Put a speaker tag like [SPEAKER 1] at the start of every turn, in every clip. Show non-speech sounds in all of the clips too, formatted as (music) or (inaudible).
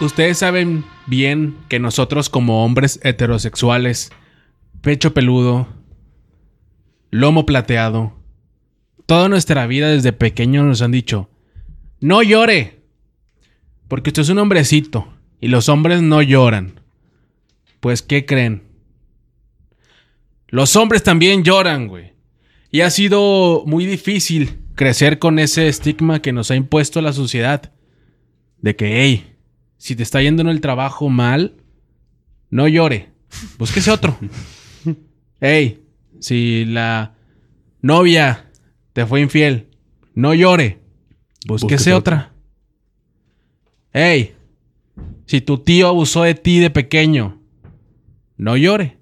[SPEAKER 1] Ustedes saben bien que nosotros como hombres heterosexuales, pecho peludo, lomo plateado, toda nuestra vida desde pequeños nos han dicho, no llore, porque usted es un hombrecito y los hombres no lloran. Pues, ¿qué creen? Los hombres también lloran, güey. Y ha sido muy difícil crecer con ese estigma que nos ha impuesto la sociedad. De que, hey, si te está yendo en el trabajo mal, no llore. Búsquese otro. hey, si la novia te fue infiel, no llore. Búsquese,
[SPEAKER 2] Búsquese
[SPEAKER 1] otra. Hey, si tu tío abusó de ti de pequeño, no llore.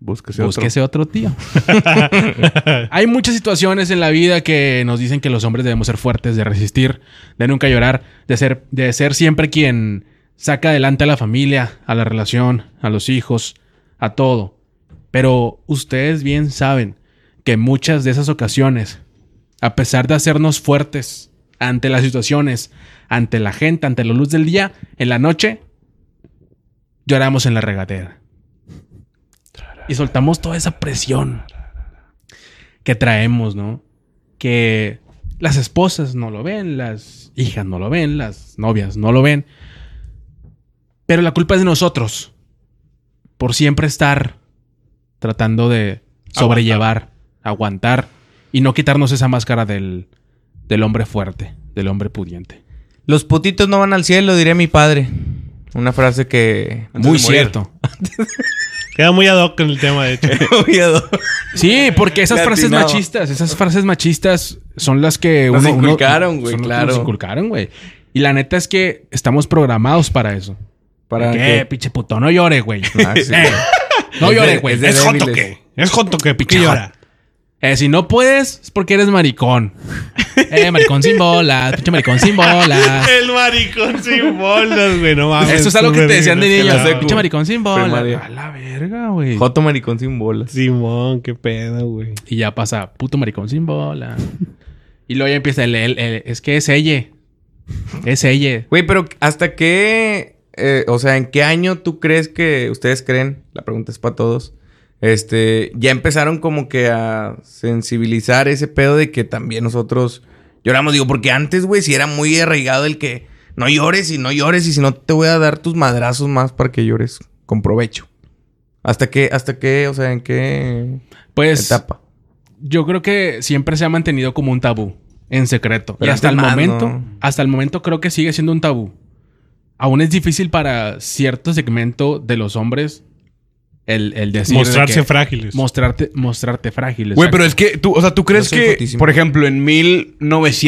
[SPEAKER 2] Búsquese,
[SPEAKER 1] Búsquese otro tío. (laughs) Hay muchas situaciones en la vida que nos dicen que los hombres debemos ser fuertes, de resistir, de nunca llorar, de ser, de ser siempre quien saca adelante a la familia, a la relación, a los hijos, a todo. Pero ustedes bien saben que muchas de esas ocasiones, a pesar de hacernos fuertes ante las situaciones, ante la gente, ante la luz del día, en la noche, lloramos en la regatera y soltamos toda esa presión que traemos, ¿no? Que las esposas no lo ven, las hijas no lo ven, las novias no lo ven. Pero la culpa es de nosotros por siempre estar tratando de sobrellevar, aguantar, y no quitarnos esa máscara del, del hombre fuerte, del hombre pudiente.
[SPEAKER 3] Los putitos no van al cielo, diría mi padre. Una frase que...
[SPEAKER 2] Antes
[SPEAKER 1] Muy
[SPEAKER 2] de morir.
[SPEAKER 3] (laughs)
[SPEAKER 1] cierto.
[SPEAKER 4] Queda muy ad hoc en el tema,
[SPEAKER 1] (laughs)
[SPEAKER 4] de hecho.
[SPEAKER 1] Sí, porque esas
[SPEAKER 3] Le
[SPEAKER 1] frases
[SPEAKER 3] atinaba.
[SPEAKER 1] machistas, esas frases machistas son las que
[SPEAKER 3] Nos
[SPEAKER 1] uno- uno-
[SPEAKER 3] inculcaron, güey,
[SPEAKER 1] son las que
[SPEAKER 3] claro.
[SPEAKER 1] Nos inculcaron, güey. Y la neta es que estamos programados para eso.
[SPEAKER 3] ¿Para
[SPEAKER 1] ¿Qué,
[SPEAKER 3] qué?
[SPEAKER 1] pinche puto? No llore, (laughs) güey.
[SPEAKER 3] Ah,
[SPEAKER 2] (laughs)
[SPEAKER 3] sí.
[SPEAKER 1] Eh, no
[SPEAKER 3] Es de-
[SPEAKER 1] llore, güey.
[SPEAKER 3] es de
[SPEAKER 1] Es-
[SPEAKER 3] débiles.
[SPEAKER 4] Es joto que pique llora.
[SPEAKER 1] eh, si no puedes, es porque eres maricón. (laughs) Eh, maricón sin bolas, pinche maricón sin bolas.
[SPEAKER 4] El maricón sin bolas, güey, no
[SPEAKER 3] Ah,
[SPEAKER 4] mames.
[SPEAKER 1] Esto es algo que te decían de niño.
[SPEAKER 4] niños.
[SPEAKER 3] la-
[SPEAKER 1] Pinche maricón sin bolas.
[SPEAKER 3] Primaria.
[SPEAKER 1] A la verga,
[SPEAKER 2] Eh.
[SPEAKER 1] güey.
[SPEAKER 3] Joto maricón sin bolas.
[SPEAKER 4] Simón, qué pedo, güey.
[SPEAKER 1] Y ya pasa, puto maricón sin bola. Y luego ya empieza el, el- el- es que es ella. Es ella.
[SPEAKER 3] Güey, pero ¿hasta qué... eh, o sea, ¿en qué año tú crees que... Ustedes creen? La pregunta es para todos. Este... Ya empezaron como que a sensibilizar ese pedo de que también nosotros lloramos. Digo, porque antes, güey, si era muy arraigado el que... No llores y no llores y si no te voy a dar tus madrazos más para que llores con provecho. ¿Hasta qué? ¿Hasta qué? O sea, ¿en qué
[SPEAKER 1] Pues
[SPEAKER 3] etapa?
[SPEAKER 1] yo creo que siempre se ha mantenido como un tabú, en secreto.
[SPEAKER 3] Pero
[SPEAKER 1] y hasta
[SPEAKER 3] antes
[SPEAKER 1] el
[SPEAKER 3] más,
[SPEAKER 1] momento,
[SPEAKER 3] ¿no?
[SPEAKER 1] hasta el momento creo que sigue siendo un tabú. Aún es difícil para cierto segmento de los hombres el, el decir de
[SPEAKER 4] Mostrarse
[SPEAKER 1] que-
[SPEAKER 4] frágiles.
[SPEAKER 1] mostrarte mostrarte frágil.
[SPEAKER 2] Güey,
[SPEAKER 1] exacto.
[SPEAKER 2] pero es que tú, o sea, tú crees
[SPEAKER 3] soy
[SPEAKER 2] que,
[SPEAKER 3] jotísimo.
[SPEAKER 2] por ejemplo, en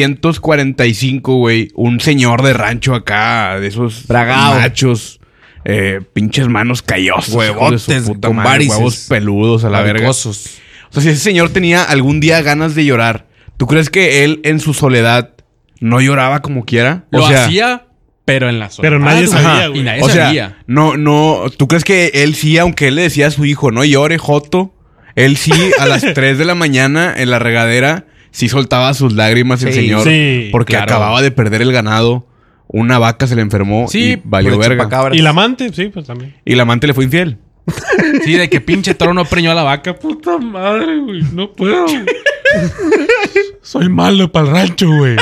[SPEAKER 2] 1945, güey, un señor de rancho acá, de esos
[SPEAKER 3] Bragao.
[SPEAKER 2] machos, eh, pinches manos callosas, hijos
[SPEAKER 3] Huevotes,
[SPEAKER 2] de su puta
[SPEAKER 3] con
[SPEAKER 2] madre,
[SPEAKER 3] varices.
[SPEAKER 2] huevos peludos a la verga. O
[SPEAKER 3] Barricosos.
[SPEAKER 2] sea, si ese señor tenía algún día ganas de llorar, ¿tú crees que él en su soledad no lloraba como quiera? O
[SPEAKER 1] lo
[SPEAKER 2] sea,
[SPEAKER 1] hacía, pero en la soledad.
[SPEAKER 4] Pero nadie
[SPEAKER 1] güey.
[SPEAKER 4] sabía, güey.
[SPEAKER 1] Y nadie
[SPEAKER 2] o sea,
[SPEAKER 1] sabía.
[SPEAKER 2] no, no, ¿tú crees que él sí, aunque él le decía a su hijo, no llore, Joto? Él sí, a las 3 de la mañana en la regadera, sí soltaba sus lágrimas el
[SPEAKER 3] Sí.
[SPEAKER 2] señor.
[SPEAKER 4] Sí,
[SPEAKER 2] porque
[SPEAKER 1] claro.
[SPEAKER 2] acababa de perder el ganado, una vaca se le enfermó
[SPEAKER 1] Sí,
[SPEAKER 2] y valió
[SPEAKER 3] Por
[SPEAKER 2] verga.
[SPEAKER 3] chupacabras.
[SPEAKER 4] Y la amante, sí, pues también.
[SPEAKER 2] Y la amante le fue infiel.
[SPEAKER 1] Sí, de que pinche toro no preñó a la vaca. Puta madre, güey. No puedo.
[SPEAKER 4] Soy malo para el rancho, güey.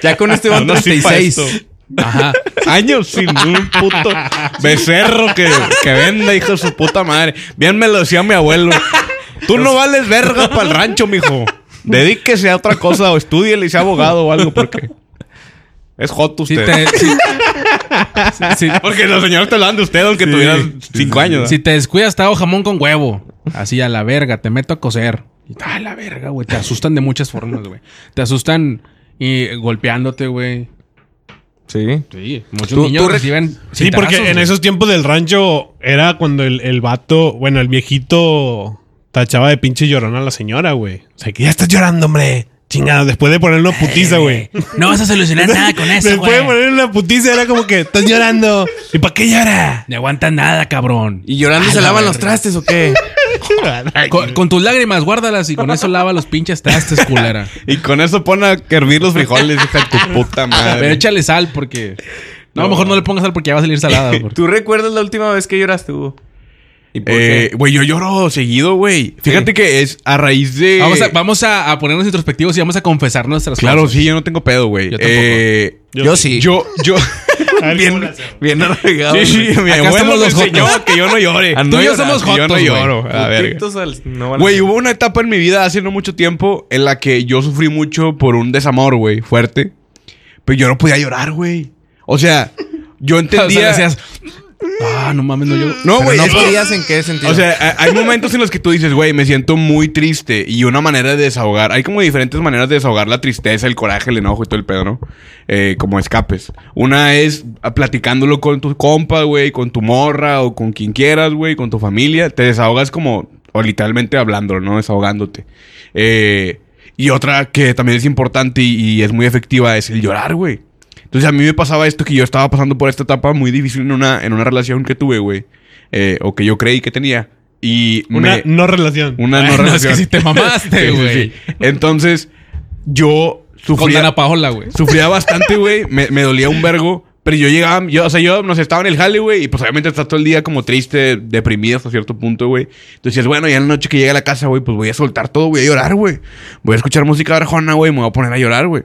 [SPEAKER 3] Ya con este van
[SPEAKER 2] Ando así pa'
[SPEAKER 3] 36.
[SPEAKER 2] esto.
[SPEAKER 1] Ajá.
[SPEAKER 2] Años sin un puto
[SPEAKER 1] (laughs)
[SPEAKER 2] becerro que, que venda, hijo de su puta madre. Bien me lo decía mi abuelo. Tú no vales verga para el rancho, mijo. Dedíquese a otra cosa o estudie y sea abogado o algo porque... Es joto
[SPEAKER 1] Si
[SPEAKER 2] usted.
[SPEAKER 1] te, si- si- si-
[SPEAKER 2] Porque los señores te hablaban de usted aunque
[SPEAKER 4] Sí,
[SPEAKER 2] tuvieras
[SPEAKER 4] sí,
[SPEAKER 2] cinco años.
[SPEAKER 1] si te descuidas, te hago jamón con huevo. Así a la verga, te meto a coser. Y, Ah, la verga, güey. Te asustan de muchas formas, güey. Te asustan y golpeándote, güey.
[SPEAKER 3] Sí.
[SPEAKER 1] Sí, muchos
[SPEAKER 3] Tú-
[SPEAKER 1] niños
[SPEAKER 3] tú re-
[SPEAKER 1] reciben.
[SPEAKER 4] Sí,
[SPEAKER 1] cintazos,
[SPEAKER 4] porque en
[SPEAKER 1] güey.
[SPEAKER 4] esos tiempos del rancho era cuando el, el vato, bueno, el viejito tachaba de pinche llorón a la señora, güey. O sea, que ya estás llorando, hombre. Chingado, después de ponerle una putiza, güey.
[SPEAKER 1] No vas a solucionar nada (laughs) con eso,
[SPEAKER 4] Después de
[SPEAKER 1] güey.
[SPEAKER 4] ponerle una putiza era como que estás llorando. ¿Y para qué llora?
[SPEAKER 1] No aguantas nada, cabrón.
[SPEAKER 3] ¿Y llorando
[SPEAKER 1] A
[SPEAKER 3] se
[SPEAKER 1] la
[SPEAKER 3] lavan
[SPEAKER 1] verga.
[SPEAKER 3] los trastes o qué?
[SPEAKER 1] Con, con tus lágrimas, guárdalas y con eso lava los pinches trastes, (laughs) culera.
[SPEAKER 2] (laughs) Y con eso pon a hervir los frijoles, hija de tu puta
[SPEAKER 1] Pero
[SPEAKER 2] madre.
[SPEAKER 1] échale sal porque. No, a lo mejor no le pongas sal porque ya va a salir (laughs) salada. güey.
[SPEAKER 3] ¿Tú recuerdas la última vez que lloraste, Hugo? ¿Y por
[SPEAKER 2] (laughs) Eh, Güey, yo lloro seguido, güey. Fíjate que es a raíz de.
[SPEAKER 1] Vamos, a, vamos a- a ponernos introspectivos y vamos a confesar nuestras
[SPEAKER 2] Claro,
[SPEAKER 1] cosas.
[SPEAKER 2] sí, yo no tengo pedo, güey.
[SPEAKER 1] Yo tampoco.
[SPEAKER 2] Eh,
[SPEAKER 3] qué? Yo sí.
[SPEAKER 2] yo, yo.
[SPEAKER 4] A ver,
[SPEAKER 2] Bien-
[SPEAKER 4] ¿cómo la hacemos?
[SPEAKER 3] Bien arraigado.
[SPEAKER 2] Sí,
[SPEAKER 3] (laughs)
[SPEAKER 2] sí, mi
[SPEAKER 1] Acá
[SPEAKER 2] abuelo
[SPEAKER 1] estamos
[SPEAKER 2] me
[SPEAKER 1] los
[SPEAKER 2] enseñó
[SPEAKER 1] jotos.
[SPEAKER 2] que yo
[SPEAKER 1] (laughs)
[SPEAKER 2] no llore.
[SPEAKER 1] Tú y yo somos
[SPEAKER 2] Yo
[SPEAKER 1] jotos,
[SPEAKER 2] no
[SPEAKER 1] güey.
[SPEAKER 2] lloro. A ver.
[SPEAKER 3] Putitos al- no van a-
[SPEAKER 2] Güey, hubo una etapa en mi vida hace no mucho tiempo en la que yo sufrí mucho por un desamor, güey, fuerte. Pero yo no podía llorar, güey. O sea,
[SPEAKER 1] (laughs)
[SPEAKER 2] yo
[SPEAKER 1] O sea,
[SPEAKER 2] entendía...
[SPEAKER 1] decías, Ah, no mames, no yo.
[SPEAKER 2] no,
[SPEAKER 3] Pero
[SPEAKER 2] güey.
[SPEAKER 3] no
[SPEAKER 2] es-
[SPEAKER 3] podías en qué sentido.
[SPEAKER 2] o sea, ha- hay momentos en los que tú dices, güey, me siento muy triste. Y una manera de desahogar. Hay como diferentes maneras de desahogar la tristeza, el coraje, el enojo y todo el pedo, ¿no? Eh, como escapes. Una es ah, platicándolo con tus compas, güey, con tu morra o con quien quieras, güey, con tu familia. Te desahogas como, o literalmente hablándolo, ¿no? Desahogándote. Eh, y otra que también es importante y, y es muy efectiva es el llorar, güey. Entonces a mí me pasaba esto que yo estaba pasando por esta etapa muy difícil en una, en una relación que tuve, güey. Eh, o que yo creí que tenía. Y
[SPEAKER 4] Una
[SPEAKER 2] me-
[SPEAKER 4] no relación.
[SPEAKER 2] una
[SPEAKER 1] Ay, (laughs)
[SPEAKER 2] no
[SPEAKER 1] no, es
[SPEAKER 2] relación.
[SPEAKER 1] que sí te mamaste,
[SPEAKER 2] (laughs) Sí, sí,
[SPEAKER 1] güey.
[SPEAKER 2] sí. Entonces, yo
[SPEAKER 1] Con
[SPEAKER 2] sufría,
[SPEAKER 1] Dana Paola, güey.
[SPEAKER 2] sufría bastante, güey. Me, me dolía un vergo. Pero yo llegaba, yo, o sea, yo nos estaba en el jale, güey, y pues obviamente estás todo el día como triste, deprimido hasta cierto punto, güey. Entonces, bueno, ya en la noche que llegue a la casa, güey, pues voy a soltar todo, voy a llorar, güey. Voy a escuchar música barjona, güey, me voy a poner a llorar, güey.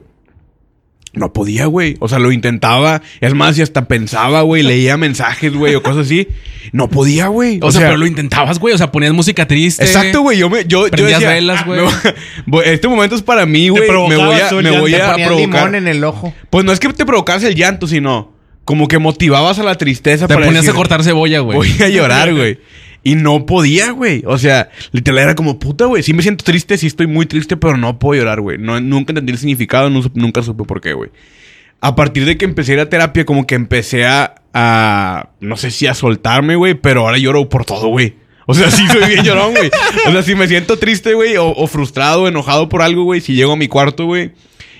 [SPEAKER 2] No podía, güey. O sea, lo intentaba. Es más, y hasta pensaba, güey, leía mensajes, güey, o cosas así. No podía, güey.
[SPEAKER 1] O, sea, pero lo intentabas, güey. O sea, ponías música triste.
[SPEAKER 2] Exacto, güey. Yo, me, yo, yo
[SPEAKER 1] Prendías
[SPEAKER 2] decía, "Ah,
[SPEAKER 1] velas, güey.
[SPEAKER 2] me voy- (laughs) voy- Este momento es para mí, güey. Me voy
[SPEAKER 4] provocabas
[SPEAKER 2] a,
[SPEAKER 4] tú el
[SPEAKER 2] me
[SPEAKER 4] llanto,
[SPEAKER 2] voy
[SPEAKER 4] te
[SPEAKER 2] a
[SPEAKER 3] ponías
[SPEAKER 2] provocar.
[SPEAKER 3] limón en el ojo.
[SPEAKER 2] Pues no es que te provocas el llanto, sino como que motivabas a la tristeza
[SPEAKER 1] Te
[SPEAKER 2] para
[SPEAKER 1] ponías a
[SPEAKER 2] decir,
[SPEAKER 1] cortar cebolla,
[SPEAKER 2] Voy
[SPEAKER 1] güey.
[SPEAKER 2] a llorar, güey. Y no podía, güey. O sea, literal era como puta, güey. Sí me siento triste, sí estoy muy triste, pero no puedo llorar, güey. No, nunca entendí el significado, no sup- nunca supe por qué, güey. A partir de que empecé a ir a terapia, como que empecé a, a- no sé si a soltarme, güey, pero ahora lloro por todo, güey. O sea, sí soy bien llorón, güey. O sea, si me siento triste, güey, o, o frustrado, enojado por algo, güey, si llego a mi cuarto, güey,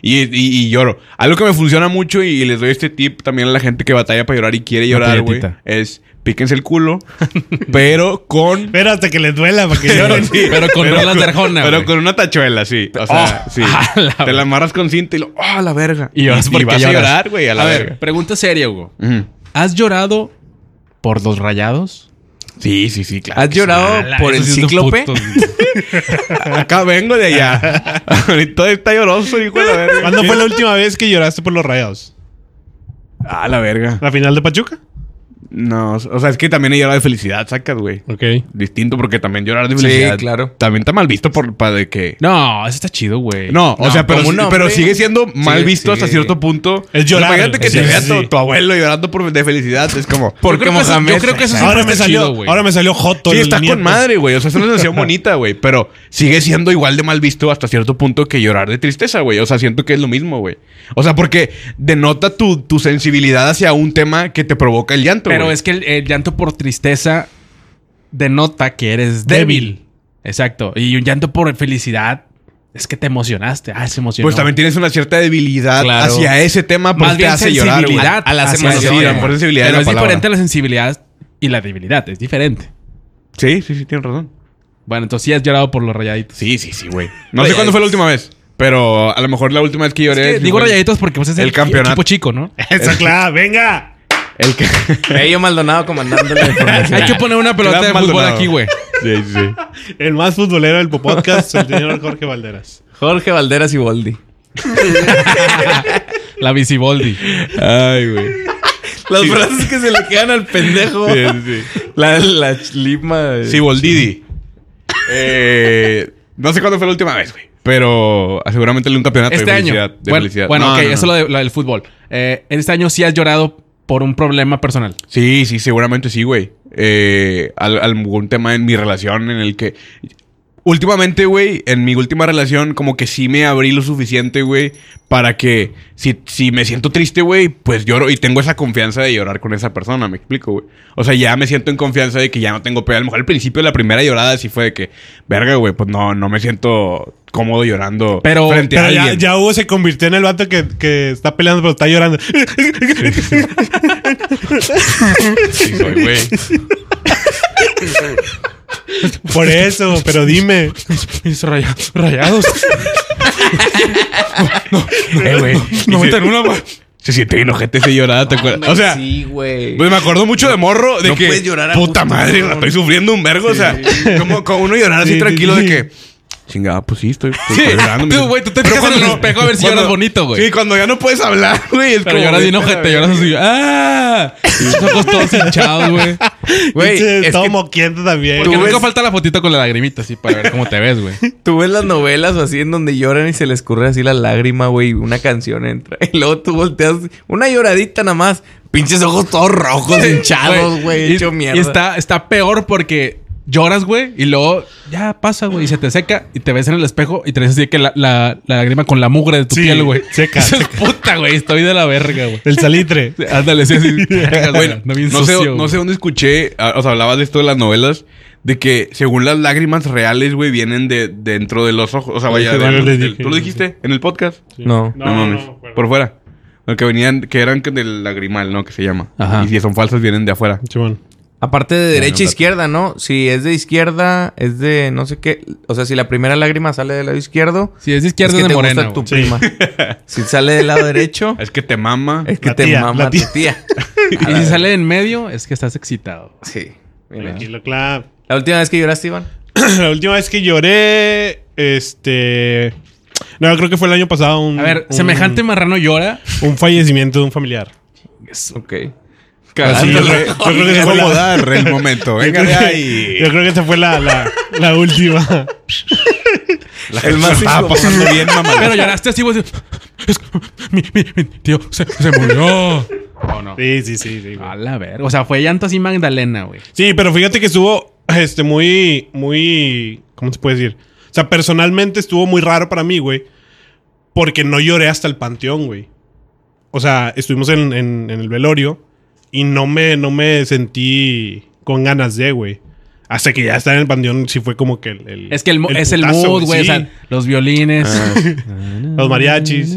[SPEAKER 2] y, y- y lloro. Algo que me funciona mucho y, les doy este tip también a la gente que batalla para llorar y quiere llorar, güey,
[SPEAKER 1] galletita.
[SPEAKER 2] es píquense el culo, (laughs) pero con...
[SPEAKER 4] Espera hasta que les duela para que
[SPEAKER 2] Pero,
[SPEAKER 4] lloren.
[SPEAKER 2] sí,
[SPEAKER 1] (laughs) Pero con rolas de Arjona,
[SPEAKER 2] Pero
[SPEAKER 1] güey.
[SPEAKER 2] con una tachuela, sí. O sea,
[SPEAKER 1] Oh,
[SPEAKER 2] sí.
[SPEAKER 1] a la
[SPEAKER 2] Te la amarras con cinta y lo... ¡Ah, la verga!
[SPEAKER 1] Y lloras porque
[SPEAKER 2] vas
[SPEAKER 1] lloras.
[SPEAKER 2] a llorar, güey, a la verga.
[SPEAKER 1] ver, pregunta seria, güey.
[SPEAKER 2] Ujú.
[SPEAKER 1] ¿Has llorado por los rayados? Ah,
[SPEAKER 2] Sí, sí, sí, claro.
[SPEAKER 3] ¿Has llorado
[SPEAKER 1] Ala,
[SPEAKER 3] por el
[SPEAKER 1] esos sí son
[SPEAKER 3] cíclope?
[SPEAKER 1] putos.
[SPEAKER 2] Acá vengo de allá. Ahorita está lloroso, hijo de la verga.
[SPEAKER 4] ¿Cuándo fue la última vez que lloraste por los rayados?
[SPEAKER 2] Ah, la verga.
[SPEAKER 4] ¿La final de Pachuca?
[SPEAKER 2] No, o sea, es que también he llorado de felicidad, sacas, güey.
[SPEAKER 4] Ok.
[SPEAKER 2] Distinto, porque también llorar de
[SPEAKER 3] Sí,
[SPEAKER 2] felicidad.
[SPEAKER 3] claro.
[SPEAKER 2] También está mal visto por para de que.
[SPEAKER 1] (laughs) No, eso está chido, güey.
[SPEAKER 2] No, o sea, pero,
[SPEAKER 3] como un
[SPEAKER 2] sí-
[SPEAKER 3] hombre.
[SPEAKER 2] pero sigue siendo mal
[SPEAKER 3] Sí,
[SPEAKER 2] visto hasta
[SPEAKER 3] sí.
[SPEAKER 2] cierto punto.
[SPEAKER 4] Es llorar.
[SPEAKER 2] Imagínate que
[SPEAKER 4] Sí,
[SPEAKER 2] te
[SPEAKER 4] sí,
[SPEAKER 2] vea
[SPEAKER 4] sí.
[SPEAKER 2] tu, tu abuelo llorando por, de felicidad. Es como.
[SPEAKER 1] Yo creo que eso- yo creo que eso
[SPEAKER 4] Ahora
[SPEAKER 1] Está
[SPEAKER 4] me salió,
[SPEAKER 1] chido, güey.
[SPEAKER 4] ahora me salió Joto.
[SPEAKER 2] Sí,
[SPEAKER 4] el
[SPEAKER 2] está
[SPEAKER 4] nieto.
[SPEAKER 2] con madre, güey. O sea, es una
[SPEAKER 4] (laughs)
[SPEAKER 2] sensación bonita, güey. Pero sigue siendo igual de mal visto hasta cierto punto que llorar de tristeza, güey. O sea, siento que es lo mismo, güey. O sea, porque denota tu, tu sensibilidad hacia un tema que te provoca el llanto,
[SPEAKER 1] Pero
[SPEAKER 2] güey.
[SPEAKER 1] es que el, el llanto por tristeza denota que eres débil.
[SPEAKER 4] Débil.
[SPEAKER 1] Exacto. Y un llanto por felicidad es que te emocionaste. Ah, se emocionó.
[SPEAKER 2] Pues también tienes una cierta debilidad
[SPEAKER 1] Claro.
[SPEAKER 2] hacia ese tema, pero
[SPEAKER 1] más
[SPEAKER 2] te
[SPEAKER 1] bien
[SPEAKER 2] hace llorar,
[SPEAKER 1] sensibilidad
[SPEAKER 2] güey.
[SPEAKER 3] a las
[SPEAKER 1] hacia ese
[SPEAKER 2] emociones.
[SPEAKER 1] tema.
[SPEAKER 2] Por sensibilidad
[SPEAKER 1] Pero
[SPEAKER 2] es la
[SPEAKER 1] es
[SPEAKER 2] palabra.
[SPEAKER 1] diferente a la sensibilidad y la debilidad. Es diferente.
[SPEAKER 2] Sí, sí, sí, tienes razón.
[SPEAKER 1] Bueno, entonces sí has llorado por los rayaditos.
[SPEAKER 2] Sí, sí, sí, güey. No sé cuándo fue la última vez, pero a lo mejor la última vez que
[SPEAKER 1] eh, Es
[SPEAKER 2] lloré.
[SPEAKER 1] que
[SPEAKER 2] sí
[SPEAKER 1] digo
[SPEAKER 2] fue-
[SPEAKER 1] rayaditos porque pues, es
[SPEAKER 2] el
[SPEAKER 1] el,
[SPEAKER 2] campeonato.
[SPEAKER 1] equipo chico,
[SPEAKER 2] (laughs)
[SPEAKER 1] ¿no?
[SPEAKER 4] Esa claro, venga.
[SPEAKER 2] El que.
[SPEAKER 3] (laughs) Bello Maldonado comandándole la
[SPEAKER 1] (laughs)
[SPEAKER 3] información.
[SPEAKER 1] Hay que poner una pelota
[SPEAKER 2] Clan
[SPEAKER 1] de fútbol
[SPEAKER 2] Maldonado.
[SPEAKER 1] aquí, güey.
[SPEAKER 2] Sí, sí, sí.
[SPEAKER 4] El más futbolero del podcast, el señor Jorge Valderas.
[SPEAKER 3] Jorge Valderas y Boldi.
[SPEAKER 1] La
[SPEAKER 2] (laughs)
[SPEAKER 1] Visiboldi.
[SPEAKER 2] Ay, güey.
[SPEAKER 3] Las frases que se le quedan al pendejo.
[SPEAKER 2] Sí, sí, sí.
[SPEAKER 1] (laughs)
[SPEAKER 3] La, la lima.
[SPEAKER 2] Sí, Boldidi. Eh, no sé cuándo fue la última vez, güey. Pero seguramente en un campeonato
[SPEAKER 1] Este
[SPEAKER 2] de
[SPEAKER 1] año.
[SPEAKER 2] felicidad. de
[SPEAKER 1] bueno,
[SPEAKER 2] felicidad.
[SPEAKER 1] bueno,
[SPEAKER 2] No,
[SPEAKER 1] ok,
[SPEAKER 2] no, no.
[SPEAKER 1] eso es lo, de- lo del fútbol. Eh, este año sí has llorado por un problema personal.
[SPEAKER 2] Sí, sí, seguramente sí, güey. Eh, al- algún tema en mi relación en el que... Últimamente, güey, en mi última relación, como que sí me abrí lo suficiente, güey, para que si, si me siento triste, güey, pues lloro y tengo esa confianza de llorar con esa persona, me explico, güey. O sea, ya me siento en confianza de que ya no tengo pedo. A lo mejor al principio de la primera llorada sí fue de que, verga, güey, pues no, no me siento cómodo llorando
[SPEAKER 1] Pero-
[SPEAKER 2] frente a
[SPEAKER 4] Pero ya,
[SPEAKER 2] alguien.
[SPEAKER 4] ya Hugo se convirtió en el vato que, que está peleando, pero está llorando.
[SPEAKER 2] Sí, soy, güey.
[SPEAKER 4] Por eso, pero dime.
[SPEAKER 1] Mis raya- rayados.
[SPEAKER 2] Eh, güey.
[SPEAKER 1] No
[SPEAKER 2] Y
[SPEAKER 1] me
[SPEAKER 2] se-
[SPEAKER 1] una más.
[SPEAKER 2] Se siente bien ojete ese llorada, ¿te acuerdas? O sea,
[SPEAKER 3] sí, güey.
[SPEAKER 2] pues me acuerdo mucho de morro de
[SPEAKER 3] no
[SPEAKER 2] que.
[SPEAKER 3] puedes llorar a
[SPEAKER 2] puta
[SPEAKER 3] gusto,
[SPEAKER 2] madre,
[SPEAKER 3] cabrón.
[SPEAKER 2] estoy sufriendo un vergo. O sea, como, como uno llorar así
[SPEAKER 4] Sí, sí,
[SPEAKER 2] tranquilo
[SPEAKER 4] sí.
[SPEAKER 2] de que. Chingada, pues sí, estoy, estoy
[SPEAKER 1] Sí,
[SPEAKER 2] llorando.
[SPEAKER 1] tú, güey, tú te
[SPEAKER 2] Pero
[SPEAKER 1] fijas en
[SPEAKER 2] cuando
[SPEAKER 1] el
[SPEAKER 2] no-
[SPEAKER 1] espejo a ver si
[SPEAKER 2] cuando-
[SPEAKER 1] lloras bonito, güey.
[SPEAKER 2] Sí, cuando ya no puedes hablar, güey. es
[SPEAKER 1] Pero
[SPEAKER 2] como,
[SPEAKER 1] lloras
[SPEAKER 2] güey,
[SPEAKER 1] bien ojete, lloras así. ¡Ah! Los ojos todos hinchados, güey.
[SPEAKER 3] Güey,
[SPEAKER 4] Pinche
[SPEAKER 3] es
[SPEAKER 4] todo
[SPEAKER 3] que
[SPEAKER 4] moquiento también.
[SPEAKER 1] Porque
[SPEAKER 3] Tú
[SPEAKER 1] nunca
[SPEAKER 3] ves-
[SPEAKER 1] falta la fotito con la lagrimita así para ver cómo te ves, güey.
[SPEAKER 3] tú ves las novelas o así en donde lloran y se les escurre así la lágrima, güey. Una canción entra. (laughs) Y luego tú volteas. Una lloradita nada más. Pinches ojos
[SPEAKER 1] (laughs)
[SPEAKER 3] todos rojos, hinchados, güey.
[SPEAKER 1] Y-
[SPEAKER 3] Hecho mierda.
[SPEAKER 1] Y está, está peor porque lloras, güey, y luego ya pasa, güey, y se te seca y te ves en el espejo y traes así que la, la, la lágrima con la mugre de tu
[SPEAKER 4] Sí,
[SPEAKER 1] piel, güey.
[SPEAKER 4] seca,
[SPEAKER 1] (laughs) Dices,
[SPEAKER 4] seca.
[SPEAKER 1] Puta, güey, estoy de la verga, güey.
[SPEAKER 4] El (laughs) salitre.
[SPEAKER 1] Ándale, sí, así. verga, güey,
[SPEAKER 2] Bueno,
[SPEAKER 1] no, bien
[SPEAKER 2] no, sé,
[SPEAKER 1] sucio,
[SPEAKER 2] no
[SPEAKER 1] güey.
[SPEAKER 2] sé dónde escuché, ah, o sea, hablabas de esto de las novelas, de que según las lágrimas reales, güey, vienen de dentro de los ojos. O sea,
[SPEAKER 4] Lo
[SPEAKER 2] vaya,
[SPEAKER 4] dije,
[SPEAKER 2] de-
[SPEAKER 4] no, les
[SPEAKER 2] del-
[SPEAKER 4] dije,
[SPEAKER 2] ¿tú lo
[SPEAKER 4] no,
[SPEAKER 2] dijiste en el podcast?
[SPEAKER 3] No.
[SPEAKER 2] No, mames, por fuera. Los que venían, que eran que del lagrimal, ¿no? Que se llama.
[SPEAKER 1] Ajá.
[SPEAKER 2] Y si son falsas, vienen de afuera.
[SPEAKER 4] Chimón.
[SPEAKER 3] Aparte de
[SPEAKER 2] no,
[SPEAKER 3] derecha e izquierda, ¿no? Si es de izquierda, es de no sé qué. O sea, si la primera lágrima sale del lado izquierdo,
[SPEAKER 1] Si es de izquierda,
[SPEAKER 3] es
[SPEAKER 1] es
[SPEAKER 3] que
[SPEAKER 1] de
[SPEAKER 3] te
[SPEAKER 1] morena.
[SPEAKER 3] gusta tu
[SPEAKER 1] güey.
[SPEAKER 4] Sí.
[SPEAKER 3] prima. (laughs) si sale del
[SPEAKER 2] (laughs)
[SPEAKER 3] lado derecho,
[SPEAKER 2] Es que te mama.
[SPEAKER 3] es que
[SPEAKER 4] La
[SPEAKER 3] te
[SPEAKER 4] tía,
[SPEAKER 3] mama
[SPEAKER 4] la
[SPEAKER 3] tu
[SPEAKER 4] tía.
[SPEAKER 3] tía. (laughs)
[SPEAKER 1] Y si sale en medio, es que estás excitado.
[SPEAKER 3] Sí. mira.
[SPEAKER 4] Tranquilo, clap.
[SPEAKER 3] La última vez que lloraste, Iván.
[SPEAKER 4] (clears throat) La última vez que lloré, este... No, creo que fue el año pasado. Un,
[SPEAKER 1] A ver,
[SPEAKER 2] Mm.
[SPEAKER 4] un-
[SPEAKER 1] semejante marrano llora.
[SPEAKER 4] Un fallecimiento de un familiar.
[SPEAKER 3] Ok.
[SPEAKER 4] Así, yo, creo- yo creo que esa fue la...
[SPEAKER 2] dar el (laughs) momento.
[SPEAKER 4] Yo
[SPEAKER 2] Venga
[SPEAKER 4] creo, (laughs)
[SPEAKER 2] de
[SPEAKER 4] que,
[SPEAKER 2] ahí.
[SPEAKER 4] yo creo que esa fue la, la, la última.
[SPEAKER 2] El más estaba pasando (laughs) bien, mamá.
[SPEAKER 1] Pero lloraste así, güey. así, Es que mi, mi, mi tío se, se murió. ¿O no?
[SPEAKER 4] Sí, sí, sí. sí, güey.
[SPEAKER 1] A la verga. O sea, fue llanto así Magdalena, güey.
[SPEAKER 4] Sí, pero fíjate que estuvo este, muy, muy, ¿cómo se puede decir? O sea, personalmente estuvo muy raro para mí, güey. Porque no lloré hasta el panteón, güey. O sea, estuvimos en, en- en el velorio y no me, no me sentí con ganas de, güey. Hasta que ya estaba en el panteón, sí fue como que el. el-
[SPEAKER 1] Es que el, mo- es el
[SPEAKER 4] putazo,
[SPEAKER 1] mood, güey.
[SPEAKER 4] sí.
[SPEAKER 1] O sea, los violines.
[SPEAKER 2] Ah,
[SPEAKER 4] los mariachis.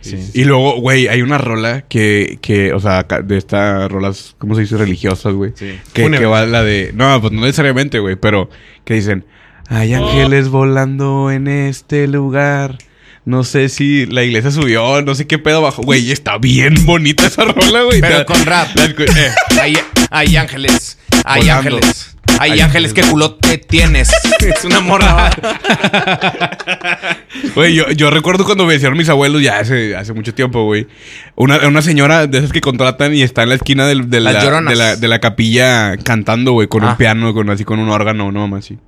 [SPEAKER 1] Sí.
[SPEAKER 2] Y luego, güey, hay una rola que, que o sea, ca- de estas rolas, ¿cómo se dice? Religiosas, güey. Que,
[SPEAKER 4] Fúnebre.
[SPEAKER 2] que va la de... No, pues no necesariamente, güey, pero que dicen... Hay
[SPEAKER 3] Oh.
[SPEAKER 2] ángeles volando en este lugar. No sé si la iglesia subió, no sé qué pedo bajó. Güey, está bien bonita esa rola, güey.
[SPEAKER 3] Pero
[SPEAKER 2] Te-
[SPEAKER 3] con (laughs) rap.
[SPEAKER 2] la escu- eh,
[SPEAKER 3] Hay, hay ángeles. Hay
[SPEAKER 2] Volando.
[SPEAKER 3] ángeles. Hay,
[SPEAKER 2] Hay
[SPEAKER 3] ángeles, que culote (laughs) tienes. es una morra.
[SPEAKER 2] Güey, yo, yo recuerdo cuando me decían mis abuelos, ya hace, hace mucho tiempo, güey. Una, una señora de esas que contratan y está en la esquina del- de,
[SPEAKER 3] Las
[SPEAKER 2] la,
[SPEAKER 3] lloronas.
[SPEAKER 2] de, la, de la capilla cantando, güey, con un
[SPEAKER 3] Ah.
[SPEAKER 2] piano, con así con un órgano, una mamá así.